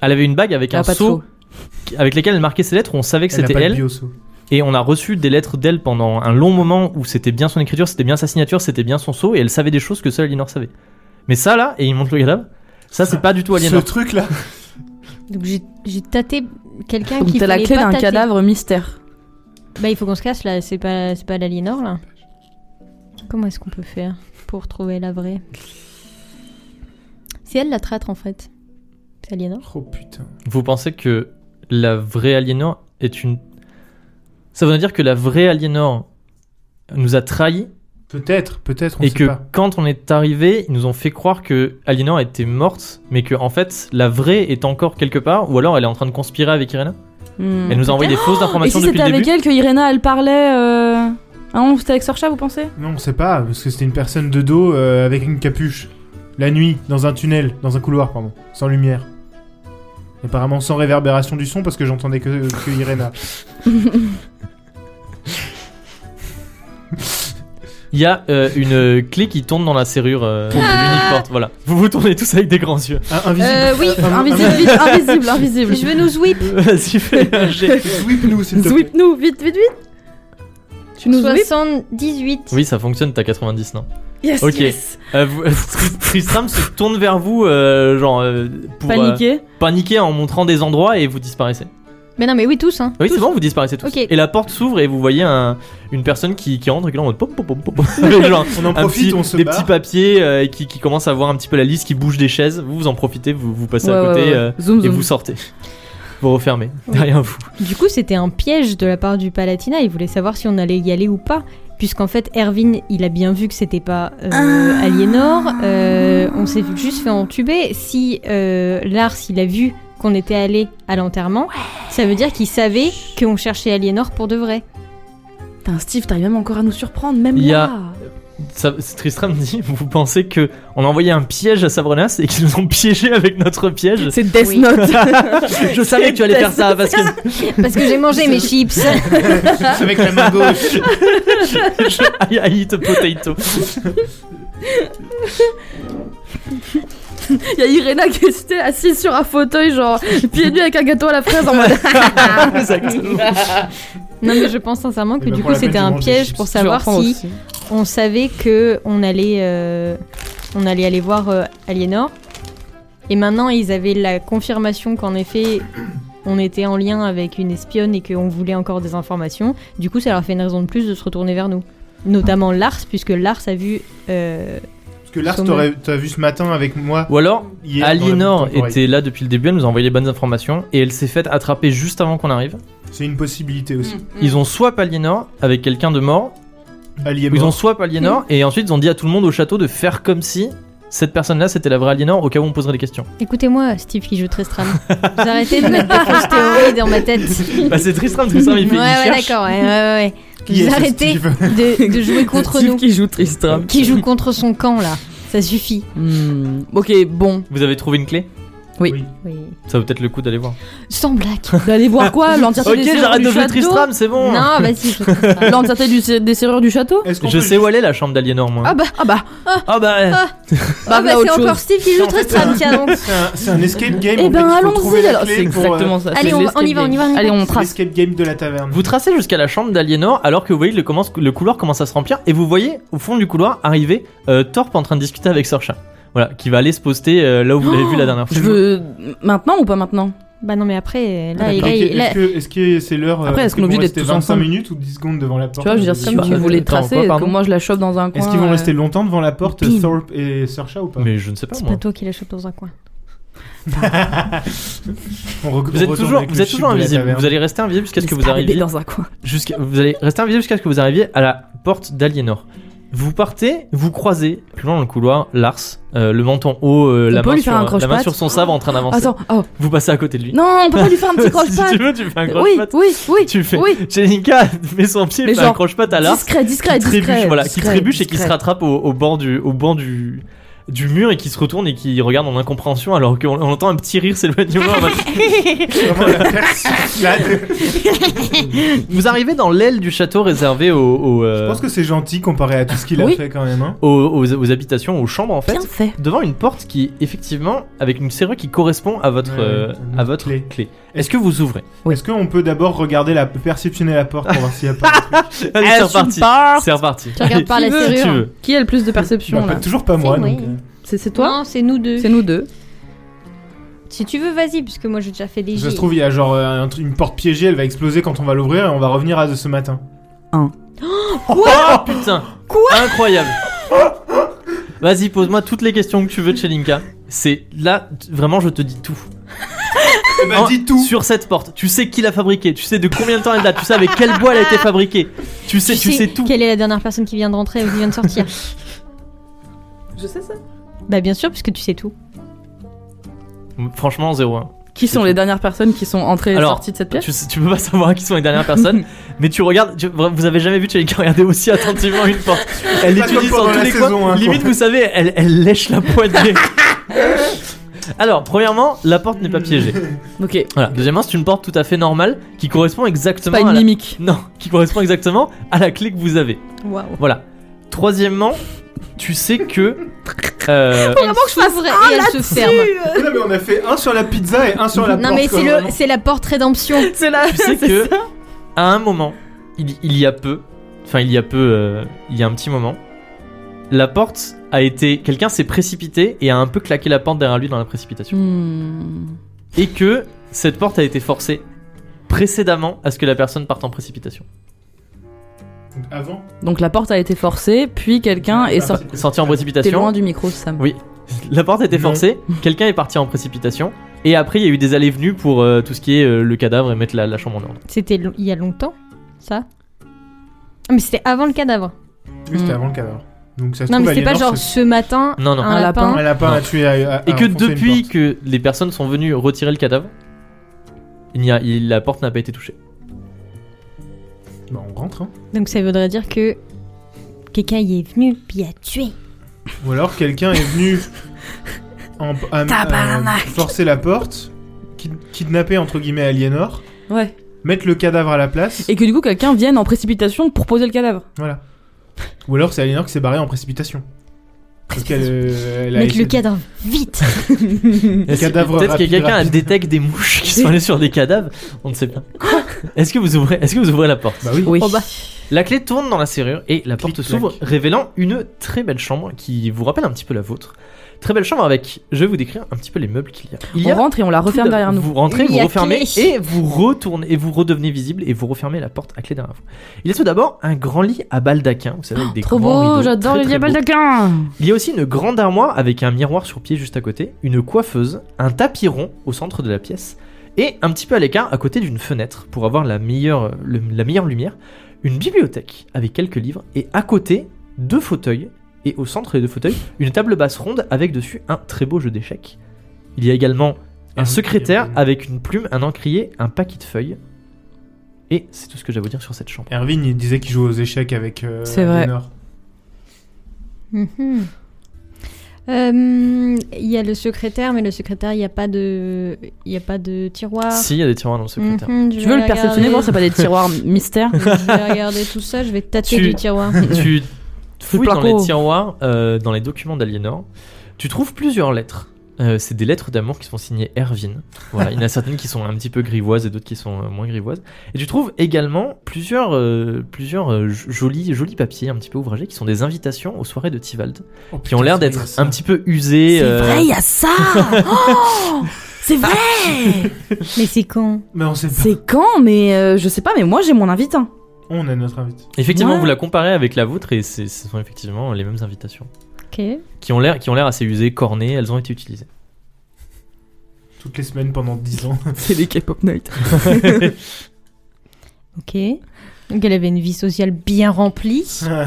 Elle avait une bague avec Ah, un pas de sceau faux. avec lesquels elle marquait ses lettres, où on savait que Elle a c'était pas de elle. bioso. Et on a reçu des lettres d'elle pendant un long moment où c'était bien son écriture, c'était bien sa signature, c'était bien son sceau, et elle savait des choses que seule Elinor savait. Mais ça là, et il montre le cadavre, ça c'est pas du tout Ce Aliénor. truc-là. Donc j'ai j'ai tâté quelqu'un Donc qui t'as la Ah, fallait clé pas d'un tâter. cadavre mystère. Bah, il faut qu'on se casse là, c'est pas, c'est pas l'Aliénor là. Comment est-ce qu'on peut faire pour trouver la vraie C'est elle la traître en fait. C'est Aliénor Oh putain. Vous pensez que la vraie Aliénor est une. Ça veut dire que la vraie Aliénor nous a trahis Peut-être, peut-être, on et sait que pas. quand on est arrivé, ils nous ont fait croire que Aliénor était morte, mais que en fait la vraie est encore quelque part, ou alors elle est en train de conspirer avec Irena. Hmm. Elle nous a envoyé des fausses Et informations si depuis c'était le avec début. elle que Irena, elle parlait. Euh... Ah non, c'était avec Sorcha, vous pensez Non, on sait pas, parce que c'était une personne de dos euh, avec une capuche. La nuit, dans un tunnel, dans un couloir, pardon, sans lumière. Et Apparemment sans réverbération du son parce que j'entendais que, que Irena. Il y a euh, une euh, clé qui tourne dans la serrure euh, Ah. de l'unique porte. Voilà. Vous vous tournez tous avec des grands yeux. Ah, invisible. Euh, oui, Un- un- invisible, vite, invisible, invisible. Je veux nous sweep Vas-y, fais un jet. Sweep-nous, s'il te plaît. Sweep-nous, vite, vite, vite. Tu nous sweep 78. Oui, ça fonctionne, t'as 90, non Yes, Ok. yes. Euh, vous- Tristram se tourne vers vous, euh, genre, euh, pour euh, Paniqué. paniquer en montrant des endroits et vous disparaissez. Mais non, mais oui, tous hein. Ah Oui, Tous. c'est bon, vous disparaissez tous. Ok. Et la porte s'ouvre et vous voyez un- une personne qui, qui rentre et qui est là en mode pop, pop, pop, pop, pop. Avec genre On en un profite, petit- on se des barre. petits papiers euh, qui, qui commencent à voir un petit peu la liste, qui bouge des chaises. Vous, vous en profitez, vous, vous passez à Ouais, côté ouais, ouais. euh, zoom, et zoom. vous sortez. Vous refermez Ouais. derrière vous. Du coup, c'était un piège de la part du Palatinat. Ils voulaient savoir si on allait y aller ou pas. Puisqu'en fait, Erwin, il a bien vu que c'était pas euh, Aliénor. Euh, on s'est juste fait entuber. Si euh, Lars, il a vu qu'on était allé à l'enterrement, ça veut dire qu'il savait qu'on cherchait Aliénor pour de vrai. Putain, Steve, t'arrives même encore à nous surprendre, même Il y a- là. Ça, Tristram dit Vous pensez que on a envoyé un piège à Sabrenas et qu'ils nous ont piégés avec notre piège C'est Death Oui. Note. Je savais que tu allais faire ça parce que Parce que j'ai mangé mes chips. Avec la main gauche. I, I eat a potato. Il y a Irena qui était assise sur un fauteuil, genre pieds nus avec un gâteau à la fraise en mode. Exactement. Non, mais je pense sincèrement que Eh ben, du pour coup, la peine, c'était tu un manges des piège chips. pour savoir si on savait que on allait, euh, on allait aller voir euh, Aliénor. Et maintenant, ils avaient la confirmation qu'en effet, on était en lien avec une espionne et qu'on voulait encore des informations. Du coup, ça leur fait une raison de plus de se retourner vers nous. Notamment Lars, puusque Lars a vu. euh, Parce que Lars, Sommeil. t'aurais- t'as vu ce matin avec moi. Ou alors, Hier, dans la Aliénor boucle temporelle. était là depuis le début, elle nous a envoyé les bonnes informations et elle s'est faite attraper juste avant qu'on arrive. Mm. C'est une possibilité aussi. Ils ont swap Aliénor avec quelqu'un de mord, Mm. Ali est ils mort. ont swap Mm. Aliénor et ensuite ils ont dit à tout le monde au château de faire comme si cette personne-là c'était la vraie Aliénor au cas où on poserait des questions. Écoutez-moi, Steve qui joue Tristram. Vous arrêtez de mettre des fausses théories dans ma tête. bah c'est Tristram, Tristram il ouais, fait il ouais, cherche. d'accord. Ouais, ouais, ouais. Qui est Vous ce arrêtez Steve de, de jouer contre Steve nous. qui joue Tristram. Qui joue contre son camp, là. Ça suffit. Hmm, Ok, bon. Vous avez trouvé une clé Oui. Oui. Ça vaut peut-être le coup d'aller voir. Sans blague. D'aller voir quoi L'entièreté Ok, des serrures j'arrête du de jouer château Tristram, c'est bon. Non, vas-y, je trouve ça. L'entièreté du- des serrures du château Est-ce qu'on Je peut sais où elle est la chambre d'Aliénor moi. Ah bah, ah bah, Ah bah bah, Ah bah voilà c'est autre encore chose. Steve qui joue Tristram, tiens donc. C'est un- C'est un escape game. Eh en fait, ben il faut trouver allons-y la alors. clé C'est pour, euh, exactement ça. c'est Allez, on- l'escape on y va, on y va, on y game. va. Allez, on c'est trace. L'escape game de la taverne. Vous tracez jusqu'à la chambre d'Aliénor alors que vous voyez le, commence- le couloir commence à se remplir et vous voyez au fond du couloir arriver euh, Torp en train de discuter avec Sorcha. Voilà, qui va aller se poster euh, là où vous l'avez vu la dernière fois. Oh, Je veux maintenant ou pas maintenant Bah non mais après, là, Ah, il Ok, d'accord. est... là- Est-ce que est-ce que c'est l'heure euh, Après, est-ce qu'on est obligé vont d'être rester tous 25 ensemble minutes ou 10 secondes devant la porte Tu vois, je veux dire, de- si Bah, tu euh, voulais attends, tracer, quoi, que pardon moi je la chope dans un coin. Est-ce qu'ils vont euh, rester longtemps devant la porte Pin. Thorpe et Sersha ou pas Mais je ne sais pas C'est moi. pas toi qui la chope dans un coin. On re- Vous on êtes retourne toujours, avec vous le êtes chip toujours de la invisible. taverne. Vous allez rester invisible jusqu'à ce que laisse vous pas bébé arriviez. dans un coin. Jusqu'à, vous allez rester invisible jusqu'à ce que vous arriviez à la porte d'Aliénor. Vous partez, vous croisez plus loin dans le couloir Lars, euh, le menton haut, euh, On la, peut main lui sur, faire un la main croche-patte sur son sabre en train d'avancer. Attends, oh. Vous passez à côté de lui. Non, on peut pas lui faire un petit si tu croche-patte. veux, tu fais un croche Oui, oui, oui. Tu fais. Oui, Jenica met son pied bah, Mais et fait un genre, croche-patte à Lars. discret, discret, qui trébuche, discret. voilà, qui discret, trébuche et qui se discret. rattrape au, au banc du, au banc du, du mur et qui se retourne et qui regarde en incompréhension alors qu'on on entend un petit rire s'éloigner. au loin, en mode- Vraiment, la personne- la- Je Vous arrivez dans l'aile du château réservée aux, aux, euh, pense que c'est gentil comparé à tout ce qu'il a Oui. fait quand même. hein. aux, aux- aux habitations, aux chambres en fait. Bien fait. Devant une porte qui est effectivement avec une serrure qui correspond à votre, Ouais, euh, une à votre clé. clé. Est-ce que vous ouvrez Oui. Est-ce qu'on peut d'abord regarder la perceptionner la porte pour voir s'il n'y a Ah, pas un truc Allez, c'est Est-ce reparti. une porte C'est reparti. Tu regardes Allez, par la si serrure. tu veux. Qui a le plus de Bah, perception pas- là Toujours pas moi. C'est donc, moi. euh, C'est c'est toi Non, c'est nous deux. C'est nous deux. Si tu veux, vas-y, puisque moi j'ai déjà fait des Ça jets. se trouve, il y a genre euh, un truc- une porte piégée, elle va exploser quand on va l'ouvrir et on va revenir à ce matin. Oh putain Incroyable Vas-y, pose-moi toutes les questions que tu veux, Chelinka. C'est là, t- vraiment, je te dis tout. Eh ben, En- dis tout Sur cette porte, tu sais qui l'a fabriquée, tu sais de combien de temps elle date, tu sais avec quel bois elle a été fabriquée, tu sais, tu sais tout. Quelle est la dernière personne qui vient de rentrer ou qui vient de sortir Je sais ça. Bah, bien sûr, puisque tu sais tout. Franchement, 0 Qui sont les dernières personnes qui sont entrées et Alors, sorties de cette pièce Tu, sais- tu peux pas savoir qui sont les dernières personnes, mais tu regardes. tu- vous avez jamais vu Chelinka regarder aussi attentivement une porte. Elle Pas étudie comme sur pendant tous la les saison, coins. hein, Limite, quoi. vous savez, elle, elle lèche la poignée. Alors, premièrement, la porte n'est pas piégée. Ok. Voilà. Deuxièmement, c'est une porte tout à fait normale qui correspond exactement Pas une à la... mimique. Non, qui correspond exactement à la clé que vous avez. Waouh. Voilà. Troisièmement, tu sais que euh, Vraiment que je fasse et elle se ferme. Non, mais on a fait un sur la pizza et un sur la Non, porte. mais quoi, c'est le, vraiment. c'est la porte rédemption. C'est là. tu sais que à un moment, il, il y a peu, enfin il y a peu, euh, il y a un petit moment, la porte a été, quelqu'un s'est précipité et a un peu claqué la porte derrière lui dans la précipitation, Hmm. Mm. et que cette porte a été forcée précédemment à ce que la personne parte en précipitation. Avant Donc la porte a été forcée, puis quelqu'un est Ah, sorti. c'est- Sorti en T'es précipitation, loin du micro, Sam. Oui. La porte a été Non. forcée, quelqu'un est parti en précipitation, et après il y a eu des allées-venues pour euh, tout ce qui est euh, le cadavre et mettre la, la chambre en ordre. C'était lo- il y a longtemps, ça Ah, mais c'était avant le cadavre. Oui, c'était Mm. avant le cadavre. Donc ça se Non, trouve, mais c'était pas Aliénor, genre c'est- ce matin, Non, non. un Un lapin. lapin. Elle a pas euh, Non. à tuer à- à- Et à que enfoncer Ah, une depuis porte. que les personnes sont venues retirer le cadavre, il n'y a, il- la porte n'a pas été touchée. Bah, on rentre, hein. Donc ça voudrait dire que quelqu'un y est venu puis a tué. Ou alors quelqu'un est venu en, à- à- forcer la porte, kid- kidnapper entre guillemets Aliénor, Ouais. mettre le cadavre à la place. Et que du coup quelqu'un vienne en précipitation pour poser le cadavre. Voilà. Ou alors c'est Aliénor qui s'est barrée en précipitation. Parce qu'elle euh, elle a Mettre essayé le de- cadavre vite. Est-ce que- cadavre Peut-être que rapide, quelqu'un rapide. détecte des mouches qui sont allées sur des cadavres, on ne sait pas. Est-ce que vous ouvrez, est-ce que vous ouvrez la porte Bah oui. Oui. Oh bah. La clé tourne dans la serrure et la porte Clic, s'ouvre, révélant une très belle chambre qui vous rappelle un petit peu la vôtre. Très belle chambre avec, je vais vous décrire un petit peu les meubles qu'il y a. Il y On a rentre et on la Tout referme d'abord, derrière nous. Vous rentrez, Oui, vous à refermez clé. et vous retournez et vous redevenez visible et vous refermez la porte à clé derrière vous. Il y a tout d'abord un grand lit à baldaquin, vous savez, avec des Oh, Trop grands beau, rideaux, j'adore très, le très diable beau. d'Aquin. Il y a aussi une grande armoire avec un miroir sur pied juste à côté, une coiffeuse, un tapis rond au centre de la pièce et un petit peu à l'écart à côté d'une fenêtre pour avoir la meilleure, euh, le- la meilleure lumière, une bibliothèque avec quelques livres et à côté deux fauteuils et au centre des deux fauteuils une table basse ronde avec dessus un très beau jeu d'échecs. Il y a également Et un oui, secrétaire il y a- avec une plume, un encrier, un paquet de feuilles. Et c'est tout ce que j'avais à vous dire sur cette chambre. Erwin, il disait qu'il joue aux échecs avec euh, C'est vrai. Aliénor. Mhm. Euh, Il y a le secrétaire, mais le secrétaire, il n'y a pas de, il y a pas de Ah. tiroir. Si, il y a des tiroirs dans le secrétaire. Mhm, je Tu veux le vais regarder- perceptionner voir c'est pas des tiroirs mystères Je vais regarder tout ça. Je vais tâter Tu- du tiroir. Mhm. tu fouilles dans les placo. tiroirs, euh, dans les documents d'Aliénor, tu trouves plusieurs lettres. Euh, c'est des lettres d'amour qui sont signées Erwin. Voilà, il y en a certaines qui sont un petit peu grivoises et d'autres qui sont euh, moins grivoises. Et tu trouves également plusieurs, euh, plusieurs euh, j- jolis, jolis papiers un petit peu ouvragés qui sont des invitations aux soirées de Tivald, Oh, qui ont l'air putain, d'être c'est un petit peu usées. euh, y a ça Oh, C'est vrai mais c'est quand Mais on sait pas. C'est quand Mais euh, je sais pas, mais moi j'ai mon invite. hein. On a notre invité. Effectivement, Ouais. vous la comparez avec la vôtre et c'est- ce sont effectivement les mêmes invitations Ok. qui ont l'air, qui ont l'air assez usées, cornées. Elles ont été utilisées. Toutes les semaines pendant 10 ans. C'est les K-pop night. Ok. Donc elle avait une vie sociale bien remplie. Ah,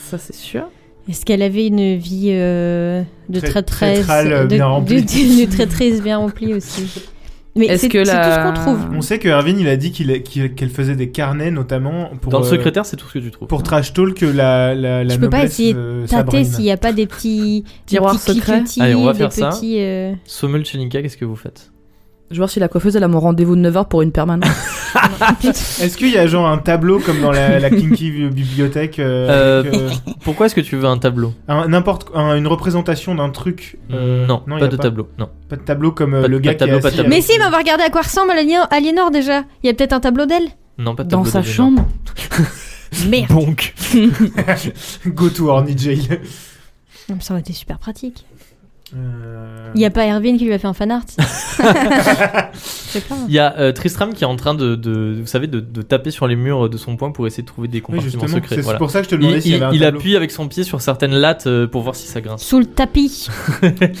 ça c'est sûr. Est-ce qu'elle avait une vie euh, de Très- traîtresse traîtrale, euh, de- bien remplie. de- de- de traîtresse bien remplie aussi. Mais Est-ce c'est que c'est la- tout ce qu'on trouve. on sait que Erwin, il a dit qu'il a- qu'il- qu'elle faisait des carnets notamment pour Dans le euh, secrétaire, c'est tout ce que tu trouves. pour trash talk euh, la la la Je peux pas noblesse, essayer de euh, Tâter Sabrine. s'il n'y a pas des petits Tiroir des petits secret. cliquetis, Allez, on va des faire ça. petits, euh, Sommel Chelinka, qu'est-ce que vous faites Je vais voir si la coiffeuse elle a mon rendez-vous de 9h pour une permanence. Est-ce qu'il y a genre un tableau comme dans la, la Kinky bibliothèque euh, avec, Euh, euh, Pourquoi est-ce que tu veux un tableau un- n'importe un- une représentation d'un truc euh, Non, y pas a de tableau. Non. Pas de tableau comme euh, Pas de- le pas gars de tableau, qui est pas de assis tableau. avec- Mais si, mais on va regarder à quoi ressemble Aliénor- Aliénor déjà. Il y a peut-être un tableau d'elle. Non, pas de Dans tableau sa d'Aliénor. chambre Merde. Donc, euh, Go to Horny Jail. Non, mais Ça aurait été super pratique. Euh, Il y a pas Erwin qui lui a fait un fanart. C'est pas. Il y a euh, Tristram qui est en train de, de- vous savez, de, de taper sur les murs de son poing pour essayer de trouver des oui, compartiments justement, secrets. c'est voilà. pour ça que je te Il, demandais s'il y il- avait un il tableau. appuie avec son pied sur certaines lattes euh, pour voir si ça grince. Sous le tapis.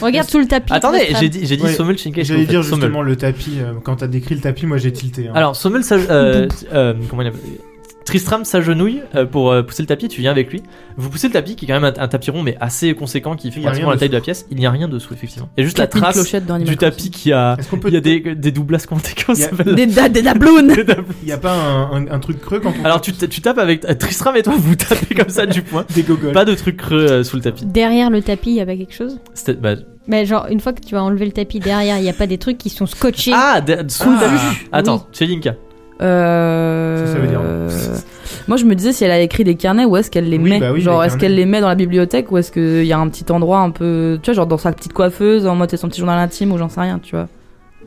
Regarde sous le tapis. Attendez, Tristram. j'ai dit, j'ai dit Ouais, Sommel Shinkai. J'allais dire Sommel. justement le tapis. euh, quand t'as décrit le tapis, moi j'ai tilté. hein. Alors Sommel, s'aj- euh, euh, comment il appelle- Tristram s'agenouille euh, pour euh, pousser le tapis. Tu viens avec lui. Vous poussez le tapis qui est quand même un, un tapis rond mais assez conséquent qui fait Il y a pratiquement rien la taille de la dessous. pièce. Il n'y a rien dessous effectivement. Il y a juste la 4000 trace clochettes dans du Animal tapis qui a. Est-ce qu'on peut. Il y a des, des doublasses comment comment Il y ça a- s'appelle Crossing. Des, da- des dablons Des doublasses. Il y a pas un, un- un truc creux quand on Alors tu, t- tu tapes avec euh, Tristram et toi vous tapez comme ça du poing. des gogoles. Pas de truc creux euh, sous le tapis. Derrière le tapis, il y a pas quelque chose C'était- bah, Mais genre, une fois que tu vas enlever le tapis derrière, il y a pas des trucs qui sont scotchés. Ah, de- sous le Ah. tapis. Attends, chez Linka. Euh... Ça, ça veut dire. Moi, je me disais si elle a écrit des carnets, où est-ce qu'elle les Oui, met bah oui, Genre, les est-ce carnets. qu'elle les met dans la bibliothèque ou est-ce qu'il y a un petit endroit un peu. Tu vois, genre dans sa petite coiffeuse, en mode c'est son petit journal intime ou j'en sais rien, tu vois.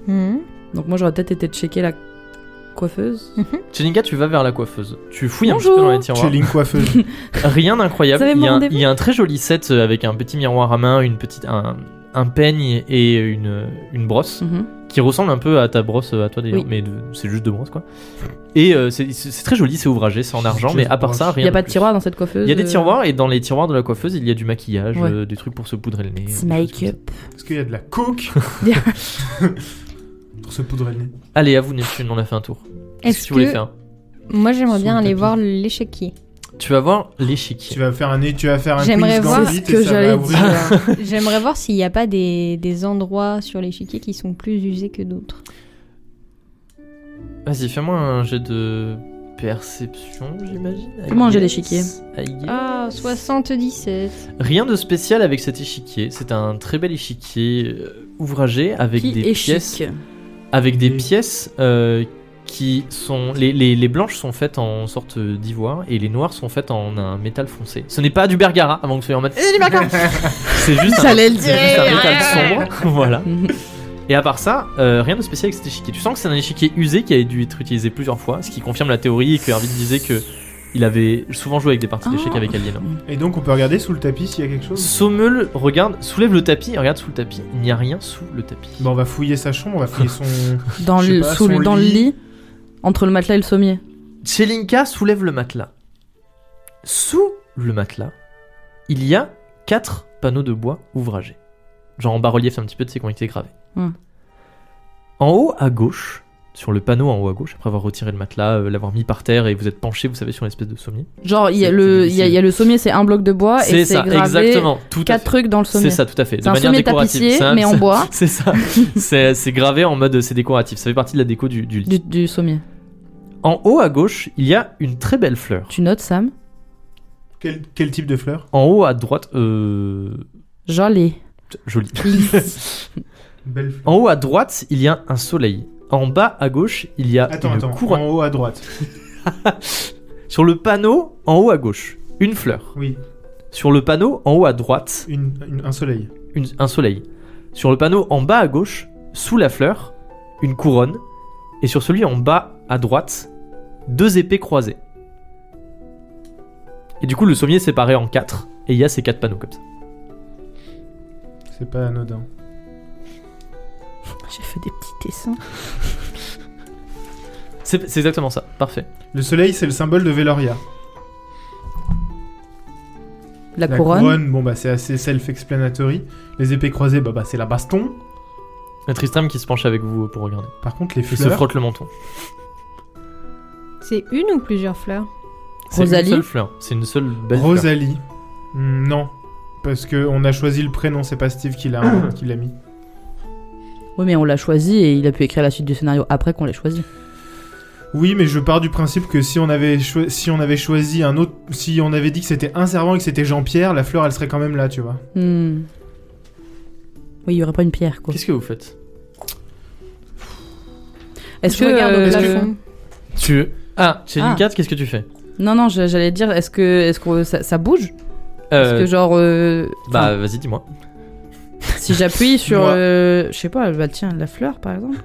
Hmm. Donc, moi, j'aurais peut-être été checker la coiffeuse. Chez Linka, tu vas vers la coiffeuse. Tu fouilles un petit peu Bonjour. dans les tiroirs. Chez Link coiffeuse. Rien d'incroyable. Vous avez Il, y a mon un- rendez-vous il y a un très joli set euh, avec un petit miroir à main, une petite, un, un peigne et une, une brosse Mhm. qui ressemble un peu à ta brosse euh, à toi d'ailleurs, Oui. mais de- c'est juste deux brosses quoi. Et euh, c'est- c'est c'est très joli, c'est ouvragé, c'est en argent, Juste mais à part brosse. ça, Il rien. n'y a pas de plus. tiroir dans cette coiffeuse Il y a des euh, tiroirs et dans les tiroirs de la coiffeuse, il y a du maquillage, Ouais. euh, des trucs pour se poudrer le nez. Petit des choses comme make-up. Est-ce qu'il y a de la coke Pour se poudrer le nez. ça. Allez, à vous Neptune, on a fait un tour. Qu'est-ce que Est-ce tu voulais que. faire Moi, j'aimerais Sous bien le aller tapis. voir l'échiquier. Tu vas voir Tu l'échiquier. vas faire un nez, tu vas faire un J'aimerais quiz voir Gambit ce et que ça j'allais va ouvrir. J'aimerais voir s'il n'y a pas des, des endroits sur l'échiquier qui sont plus usés que d'autres. Vas-y, fais-moi un jet de perception, j'imagine. Fais-moi un jet Yes. d'échiquier. Aïe. Ah, 77. Rien de spécial avec cet échiquier. C'est un très bel échiquier euh, ouvragé avec Qui des est pièces, chic avec des Oui. pièces euh, qui sont les, les- les blanches sont faites en sorte d'ivoire et les noires sont faites en un métal foncé. Ce n'est pas du bergara avant que vous soyez en mode. Eh, du bergara C'est juste, un- J'allais le c'est juste un métal sombre, voilà. Mhm. Et à part ça, euh, rien de spécial avec cet échiquier. Tu sens que c'est un échiquier usé qui a dû être utilisé plusieurs fois, ce qui confirme la théorie que Hervé disait que il avait souvent joué avec des parties d'échecs Ah. avec Aliénor. Et donc on peut regarder sous le tapis s'il y a quelque chose. Sommel regarde, soulève le tapis, et regarde sous le tapis. Il n'y a rien sous le tapis. Bon, on va fouiller sa chambre, on va fouiller son. Dans, Je sais le, pas, sous le- son dans le lit. lit, entre le matelas et le sommier. Chelinka soulève le matelas. Sous le matelas, il y a quatre panneaux de bois ouvragés. Genre en bas-relief un petit peu, tu sais, qui ont été gravés. Hmm. En haut à gauche, sur le panneau en haut à gauche, après avoir retiré le matelas, euh, l'avoir mis par terre et vous êtes penché, vous savez, sur l'espèce de sommier. Genre, il y, a C'est- le- c'est il y a- il y a le sommier, c'est un bloc de bois et c'est c'est ça, gravé exactement. Tout à quatre fait. trucs dans le sommier. C'est ça, tout à fait. De C'est un manière sommier décorative. tapissier, C'est un- mais en bois C'est ça. c'est c'est gravé en mode euh, c'est décoratif. Ça fait partie de la déco du, du lit. du, du sommier. En haut à gauche, il y a une très belle fleur. Tu notes, Sam Quel, quel type de fleur En haut à droite, euh... Joli. Joli. Belle fleur. En haut à droite, il y a un soleil. En bas à gauche, il y a Attends, Ah, une attends. couronne. En haut à droite. Sur le panneau, en haut à gauche, une fleur. Oui, Sur le panneau, en haut à droite, une, une- un soleil. une- un soleil. Sur le panneau, en bas à gauche, sous la fleur, une couronne. Et sur celui en bas à droite, deux épées croisées. Et du coup, le sommier est séparé en quatre. Et il y a ces quatre panneaux comme ça. C'est pas anodin. J'ai fait des petits dessins. C'est c'est exactement ça. Parfait. Le soleil, c'est le symbole de Veloria. La, couronne. bon bah c'est assez self-explanatory. Les épées croisées, bah, bah c'est la baston. Un Tristram qui se penche avec vous pour regarder. Par contre, les Il se fleurs. frotte le menton. C'est une ou plusieurs fleurs C'est une Rosalie seule fleur. C'est une seule belle fleur. Rosalie. Hmm, Non. Parce que on a choisi le prénom, c'est pas Steve qui l'a qui l'a mis. Oui, mais on l'a choisi et il a pu écrire la suite du scénario après qu'on l'ait choisi. Oui, mais je pars du principe que si on avait, choi- si on avait choisi un autre. Si on avait dit que c'était un servant et que c'était Jean-Pierre, la fleur elle serait quand même là, tu vois. Hmm. Oui, il y aurait pas une pierre, quoi. Qu'est-ce que vous faites Est-ce Je que. regarde euh, au plafond. Tu. Ah, chez Ah. Linkat, qu'est-ce que tu fais Non, non, je- j'allais dire, est-ce que, est-ce que ça, ça bouge Est-ce Euh, que, genre. euh, Bah, vas-y, dis-moi. enfin, si j'appuie sur. Moi. euh, je sais pas, bah tiens, la fleur par exemple.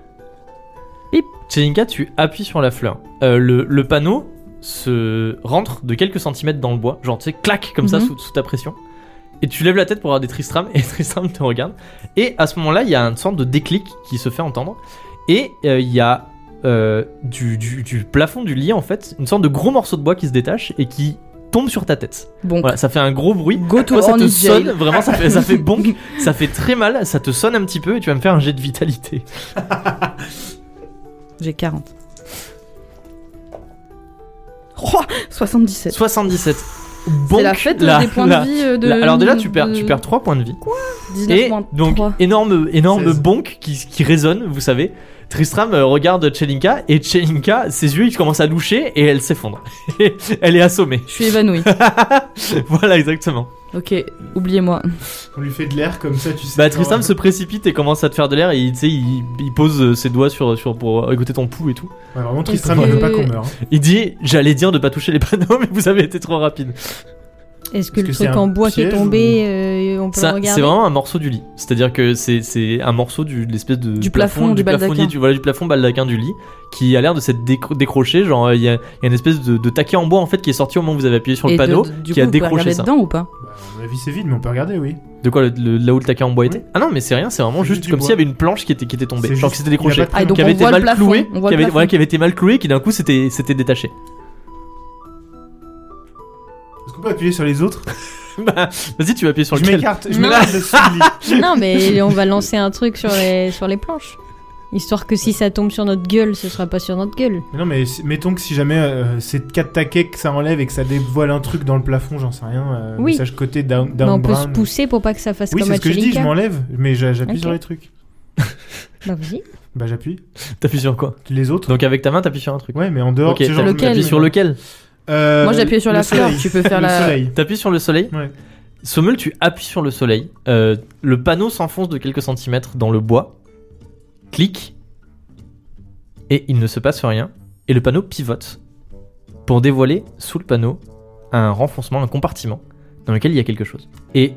Chez Linkat, tu appuies sur la fleur. Euh, le, le panneau se rentre de quelques centimètres dans le bois, genre, tu sais, clac, comme ça, Mhm. sous, sous ta pression. Et tu lèves la tête pour regarder Tristram et Tristram te regarde. Et à ce moment-là, il y a une sorte de déclic qui se fait entendre. Et euh, il y a euh, du, du- du plafond du lit, en fait, une sorte de gros morceau de bois qui se détache et qui tombe sur ta tête. Bon, Voilà, ça fait un gros bruit. go to Toi, ça te Horny sonne, Jail. vraiment, ça fait, ça fait bonk, ça fait très mal, ça te sonne un petit peu et tu vas me faire un jet de vitalité. J'ai 40. Roi, 77. 77. C'est Bonk, la fête la- des points la- de vie euh, de. la- alors déjà, de- tu perds, de- tu perds 3 points de vie. 19 Et moins donc, trois. énorme, énorme 16. bonk qui, qui résonne, vous savez. Tristram euh, regarde Chelinka et Chelinka, ses yeux, ils commencent à loucher et elle s'effondre. elle est assommée. Je suis évanouie. voilà, exactement. ok, oubliez-moi. On lui fait de l'air comme ça, tu sais. Bah, genre, Tristram euh, se précipite et commence à te faire de l'air et il, tu sais, il, il pose euh, ses doigts sur, sur, pour écouter ton pouls et tout. Ouais, vraiment, Tristram, Est-ce il veut que- pas qu'on meure. hein. Il dit J'allais dire de pas toucher les panneaux, mais vous avez été trop rapide. Est-ce Est-ce que que le c'est truc un en bois qui est piège ou- tombé, euh, on peut Ça, le C'est regarder vraiment un morceau du lit. C'est-à-dire que c'est- c'est un morceau du, de l'espèce de Du plafond, du du baldaquin. plafonnier, du, voilà, du plafond baldaquin du lit qui a l'air de s'être décro- décroché. Genre, euh, il y, a il y a une espèce de, de taquet en bois en fait qui est sorti au moment où vous avez appuyé sur le Et de- panneau. de- du qui a coup, vous pouvez décroché regarder ça. dedans ou pas Bah, à mon avis, c'est vide, mais on peut regarder, oui. De quoi le- le- là où le taquet en bois Oui. était Ah non, mais c'est rien, c'est vraiment C'est juste du comme bois. s'il y avait une planche qui était, qui était tombée. C'est Genre juste- qui s'était décrochée. il a pas de Ah, et donc qui on avait été voit le mal plafond. clouée, qui on voit le avait, plafond. voilà, qui avait été mal clouée, qui d'un coup s'était s'était détaché. Est-ce qu'on peut appuyer sur les autres bah, vas-y, tu vas appuyer sur Je lequel m'écarte, je Non. m'écarte de ce lit. Non, mais on va lancer un truc sur les, sur les planches. Histoire que si ça tombe sur notre gueule, ce sera pas sur notre gueule. Mais non, mais si- mettons que si jamais euh, c'est 4 taquets que ça enlève et que ça dévoile un truc dans le plafond, j'en sais rien. euh, Oui. Message côté down, Mais down on peut brown. se pousser pour pas que ça fasse Oui, comme c'est à ce que je dis, je Tchelinka. m'enlève, mais j'a- j'appuie Ok. sur les trucs. Bah, vas-y. Bah, j'appuie. T'appuies sur quoi Les autres Donc avec ta main, t'appuies sur un truc. Ouais, mais en dehors, Ok, c'est genre. t'appuies- Lequel t'appuies sur lequel Euh, Moi, j'ai appuyé sur le la fleur, soleil. tu peux faire Le la- soleil. T'appuies sur le soleil Ouais. Sommel, tu appuies sur le soleil. Euh, le panneau s'enfonce de quelques centimètres dans le bois. Clic. Et il ne se passe rien. Et le panneau pivote. Pour dévoiler, sous le panneau, un renfoncement, un compartiment dans lequel il y a quelque chose. Et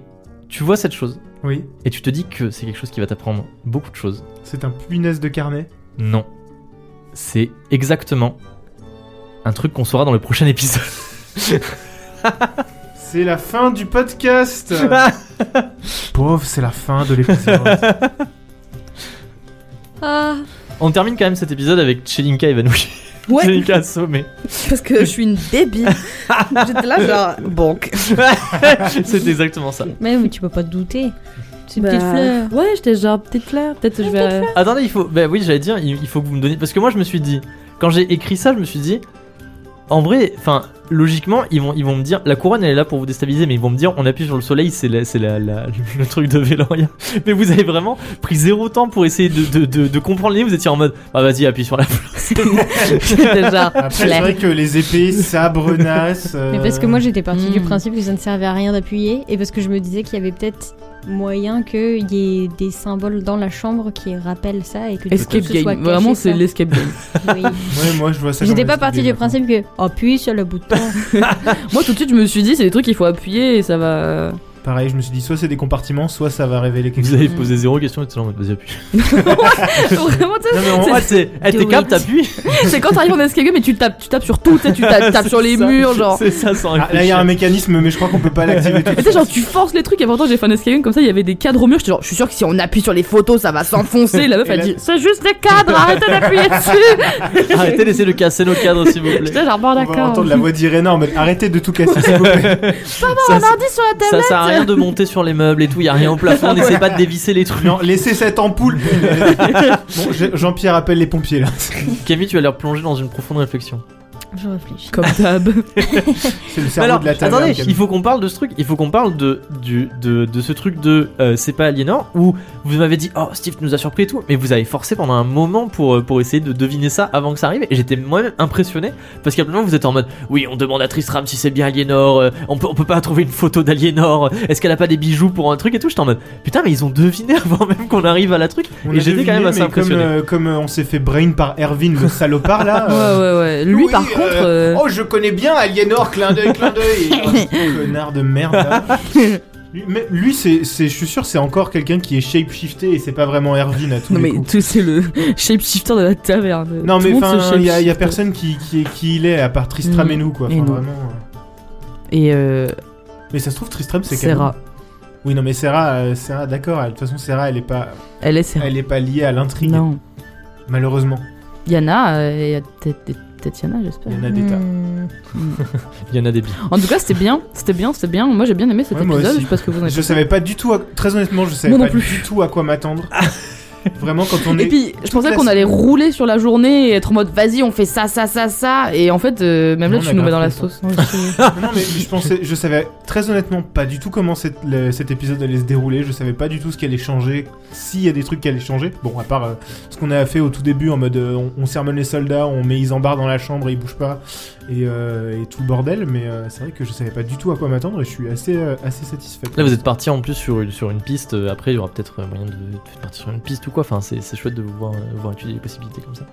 tu vois cette chose. Oui, Et tu te dis que c'est quelque chose qui va t'apprendre beaucoup de choses. c'est un punaise de carnet. Non. C'est exactement un truc qu'on saura dans le prochain épisode. C'est la fin du podcast Pauvre, c'est la fin de l'épisode. Ah, On termine quand même cet épisode avec Chelinka évanouie. Ouais, Chelinka assommée. parce que je suis une débile. J'étais là, genre, banque. C'est exactement ça. mais oui, tu peux pas te douter. C'est une petite Bah, fleur. Ouais, j'étais genre petite fleur. Peut-être que je vais. Attendez, il faut. Bah oui, j'allais dire, il il faut que vous me donniez. Parce que moi, je me suis dit, quand j'ai écrit ça, je me suis dit, en vrai, enfin, logiquement, ils vont, ils vont me dire, la couronne, elle est là pour vous déstabiliser, mais ils vont me dire, on appuie sur le soleil, c'est la, c'est la, la- le truc de Véloria. Mais vous avez vraiment pris zéro temps pour essayer de, de, de, de comprendre les. Vous étiez en mode, bah vas-y, appuie sur la. J'étais genre Après, c'est fleur. vrai que les épées, sabres, nasses. Mais parce que moi j'étais partie du Hmm. principe que ça ne servait à rien d'appuyer et parce que je me disais qu'il y avait peut-être moyen qu'il y ait des symboles dans la chambre qui rappellent ça et que du Escape coup, ce soit game. caché, Vraiment, ça. c'est l'escape game. Oui. euh, Ouais, moi, je vois ça J'étais comme pas les partie idées, du maintenant. principe que appuie sur le bouton. Moi, tout de suite, je me suis dit, c'est des trucs qu'il faut appuyer et ça va. Pareil, je me suis dit, soit c'est des compartiments, soit ça va révéler quelque Vous chose. avez posé zéro question, et tout en mode, vas-y, appuie. Vraiment, tu sais, Non, mais en- Ouais, c'est. Eh, Do t'es calme, it. t'appuies. c'est quand t'arrives en escape game et tu tapes, tu tapes sur tout, tu sais, tu tapes, tapes sur les C'est ça. murs, genre. C'est ça, sans Ah, là, il y a un réfléchir. mécanisme, mais je crois qu'on peut pas l'activer tout Mais de tu sais, suite. genre, tu forces les trucs et pourtant j'ai fait un escape game comme ça, il y avait des cadres au mur. J'étais genre, je suis sûr que si on appuie sur les photos, ça va s'enfoncer. La meuf, Et elle là- dit, c'est juste des cadres, arrêtez d'appuyer dessus. Arrêtez, laissez le casser nos cadres, s'il vous plaît. J'étais genre, bon, On va d'accord. entendre la voix d'Irena en mode arrêtez de tout casser, s'il vous plaît. Ça, Un indice sur la Ça table. sert à rien de monter sur les meubles et tout, y a rien au plafond, n'essayez pas de dévisser les trucs. Non, laissez cette ampoule. bon, je- Jean-Pierre appelle les pompiers là. Camille, tu as l'air plongé dans une profonde réflexion. je réfléchis. Comme d'hab. C'est le cerveau alors, de la taverne. attendez, Camille. il faut qu'on parle de ce truc, il faut qu'on parle de, du, de, de ce truc de euh, c'est pas aliénant où vous m'avez dit oh Steve nous a surpris et tout, mais vous avez forcé pendant un moment pour, euh, pour essayer de deviner ça avant que ça arrive et j'étais moi-même impressionné parce qu'à plein moment vous êtes en mode oui, on demande à Tristram si c'est bien Aliénor, euh, on, peut, on peut pas trouver une photo d'Aliénor, euh, est-ce qu'elle a pas des bijoux pour un truc et tout, j'étais en mode putain, mais ils ont deviné avant même qu'on arrive à la truc On a et j'étais quand deviné, même assez mais Comme, impressionné. euh, comme, euh, on s'est fait brain par Erwin, le salopard là. Ouais, euh, ouais, ouais. Lui, Oui, euh, par contre. euh, Oh, je connais bien Aliénor, clin d'œil, clin d'œil. Et- oh, ce connard de merde. là. Lui, mais lui, c'est, c'est- je suis sûr, c'est encore quelqu'un qui est shapeshifté et c'est pas vraiment Erwin à tous Non, les mais coups. tout, c'est le shapeshifter de la taverne. Non, Tout mais le monde se enfin, il y, a- il y a shapeshifte. personne qui, qui, est- qui il est à part Tristram Mm. et nous, quoi. Et Enfin, nous. vraiment, euh. Et euh, Mais ça se trouve, Tristram, c'est Serra. Camille. Oui, non, mais Sarah, euh, Sarah, d'accord. elle- De toute façon, Sarah, elle est pas, Elle est sérieuse. elle est pas liée à l'intrigue, Non. malheureusement. Yana euh, et Tet- Tetiana, j'espère. Il y en a des tas. Hmm. Il y en a des biens. En tout cas, c'était bien, c'était bien, c'était bien. Moi, j'ai bien aimé cet Ouais, moi épisode. aussi. Je pense que vous en avez Je savais pas du tout, à- très honnêtement, je savais Moi non Ah. pas du tout à quoi m'attendre. Vraiment, quand on est. Et puis, je pensais la qu'on allait semaine. rouler sur la journée et être en mode vas-y, on fait ça, ça, ça, ça. Et en fait, euh, même Non, là, on tu a nous grave mets dans la fait ça. sauce. Ouais, je- Non, mais je pensais, je savais très honnêtement pas du tout comment cette- le- cet épisode allait se dérouler. Je savais pas du tout ce qui allait changer, s'il y a des trucs qui allaient changer. Bon, à part euh, ce qu'on a fait au tout début en mode euh, on, on sermonne les soldats, on met Isambard dans la chambre, et ils bougent pas et, euh, et tout le bordel. Mais euh, c'est vrai que je savais pas du tout à quoi m'attendre et je suis assez, euh, assez satisfait. Là, vous êtes parti en plus sur une, sur une piste. euh, Après, il y aura peut-être euh, moyen de, de partir sur une piste ou quoi. Enfin, c'est c'est chouette de vous voir, euh, voir étudier les possibilités comme ça.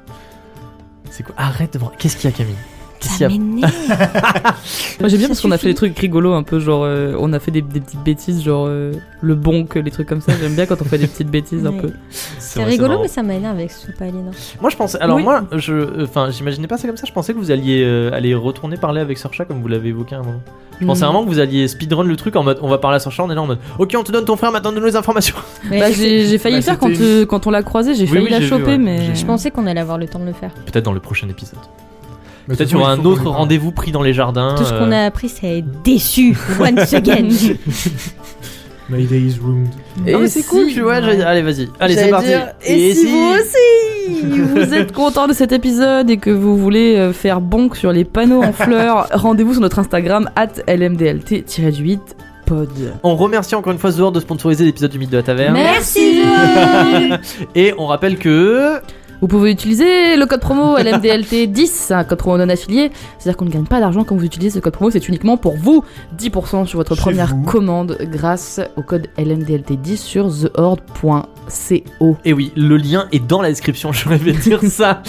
C'est quoi Arrête de voir. Qu'est-ce qu'il y a, Camille Qu'est-ce qu'il Ça y a m'énerve. Moi, j'aime bien Ça parce qu'on a fait suffit. des trucs rigolos un peu, genre, euh, on a fait des, des petites bêtises, genre euh, le bonk, les trucs comme ça. J'aime bien quand on fait des petites bêtises un Ouais. peu. C'est C'est vrai, rigolo, marrant. mais ça m'énerve avec ce pas Elena. Moi, je pensais. Alors, Oui. moi, je. euh, Enfin, j'imaginais pas ça comme ça. Je pensais que vous alliez euh, aller retourner parler avec Sorcha comme vous l'avez évoqué à un moment. Je pensais Mm. vraiment que vous alliez speedrun le truc en mode on va parler à Sorcha, on est là en mode ok, on te donne ton frère, maintenant donne-nous les informations. Bah, j'ai j'ai failli Bah, le faire quand, c'était- euh, quand on l'a croisé, j'ai Oui, failli oui, la j'ai vu, choper, ouais. mais. J'ai- Je pensais qu'on allait avoir le temps de le faire. Peut-être dans le prochain épisode. Mais de Peut-être toute il y façon, aura il un faut autre qu'on- rendez-vous pris dans les jardins. Tout ce qu'on euh, a appris, c'est déçu. Once again. My day is ruined. Ah, mais c'est si- cool, tu vois. j'ai- Allez, vas-y. Allez, c'est J'allais parti. dire, et, si, vous aussi vous êtes content de cet épisode et que vous voulez euh, faire bonk sur les panneaux en fleurs, rendez-vous sur notre Instagram at lmdlt-8 pod. On remercie encore une fois Zohar de sponsoriser l'épisode du Mythe de la Taverne. Merci. Et on rappelle que. Vous pouvez utiliser le code promo LMDLT10, c'est un code promo non affilié, c'est-à-dire qu'on ne gagne pas d'argent quand vous utilisez ce code promo, c'est uniquement pour vous, 10% sur votre Chez première vous. commande grâce au code LMDLT10 sur thehorde.co. Et eh oui, le lien est dans la description, je rêvais de dire ça.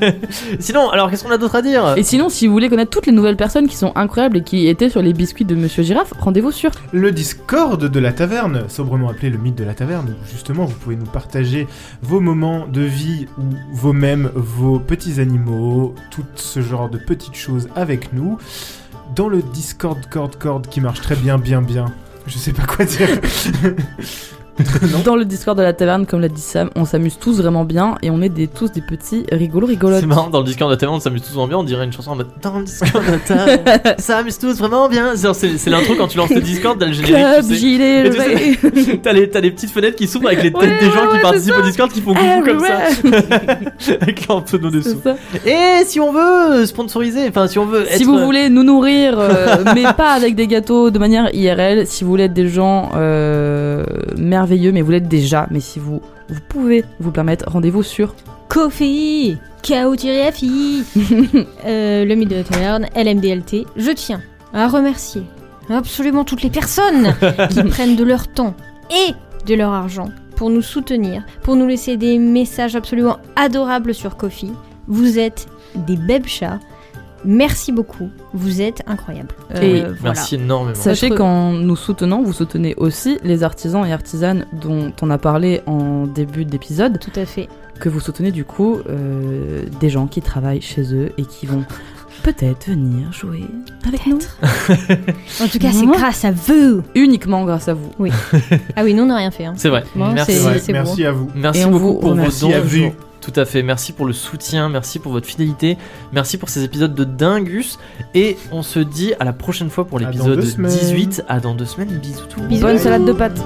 Sinon, alors qu'est-ce qu'on a d'autre à dire Et sinon, si vous voulez connaître toutes les nouvelles personnes qui sont incroyables et qui étaient sur les biscuits de Monsieur Girafe, rendez-vous sur Le Discord de la taverne, sobrement appelé le mythe de la taverne, où justement vous pouvez nous partager vos moments de vie ou vos mêmes, vos petits animaux, tout ce genre de petites choses avec nous. Dans le Discord Cord Cord qui marche très bien, bien, bien. Je sais pas quoi dire. non dans le Discord de la taverne, comme l'a dit Sam, on s'amuse tous vraiment bien et on est des, tous des petits rigolos rigolotes. C'est marrant, dans le Discord de la Taverne, on s'amuse tous vraiment bien, on dirait une chanson en mode Dans le Discord de la Taverne, ça amuse tous vraiment bien. C'est- C'est c'est l'intro quand tu lances le Discord, t'as le générique, Club, tu sais. gilet, Et le tu sais, T'as les, t'as les petites fenêtres qui s'ouvrent avec les têtes Ouais, des ouais, gens ouais, qui c'est participent ça. Ah, au Discord qui font coucou comme ça, avec leur pseudo C'est dessous. ça. Et si on veut euh, sponsoriser, enfin si on veut être... Si vous voulez nous nourrir, euh, mais pas avec des gâteaux de manière IRL, si vous voulez être des gens euh, merveilleux, mais vous l'êtes déjà, mais si vous, vous pouvez vous permettre, rendez-vous sur Kofi, KO-FI, euh, le mythe de la taverne, LMDLT. Je tiens à remercier absolument toutes les personnes qui prennent de leur temps et de leur argent pour nous soutenir, pour nous laisser des messages absolument adorables sur Kofi. Vous êtes des belles chats. Merci beaucoup. Vous êtes incroyables. Euh, Et Ah Oui, merci énormément. Sachez Votre- qu'en nous soutenant, vous soutenez aussi les artisans et artisanes dont on a parlé en début d'épisode, Tout à fait. que vous soutenez du coup euh, des gens qui travaillent chez eux et qui vont peut-être venir jouer avec nous. En tout cas, c'est Moi- grâce à vous. Uniquement grâce à vous. Ah oui, nous, on n'a rien fait. hein. C'est vrai. Bon, Merci. c'est- Ouais, c'est merci à vous. Merci Et on beaucoup vous pour vos remercie dons. à vous. Tout à fait. Merci pour le soutien. Merci pour votre fidélité. Merci pour ces épisodes de Dingus. Et on se dit à la prochaine fois pour À dans l'épisode deux semaines. 18. À dans deux semaines. Bisous tout le monde. Bisous. Bonne salade de pâtes.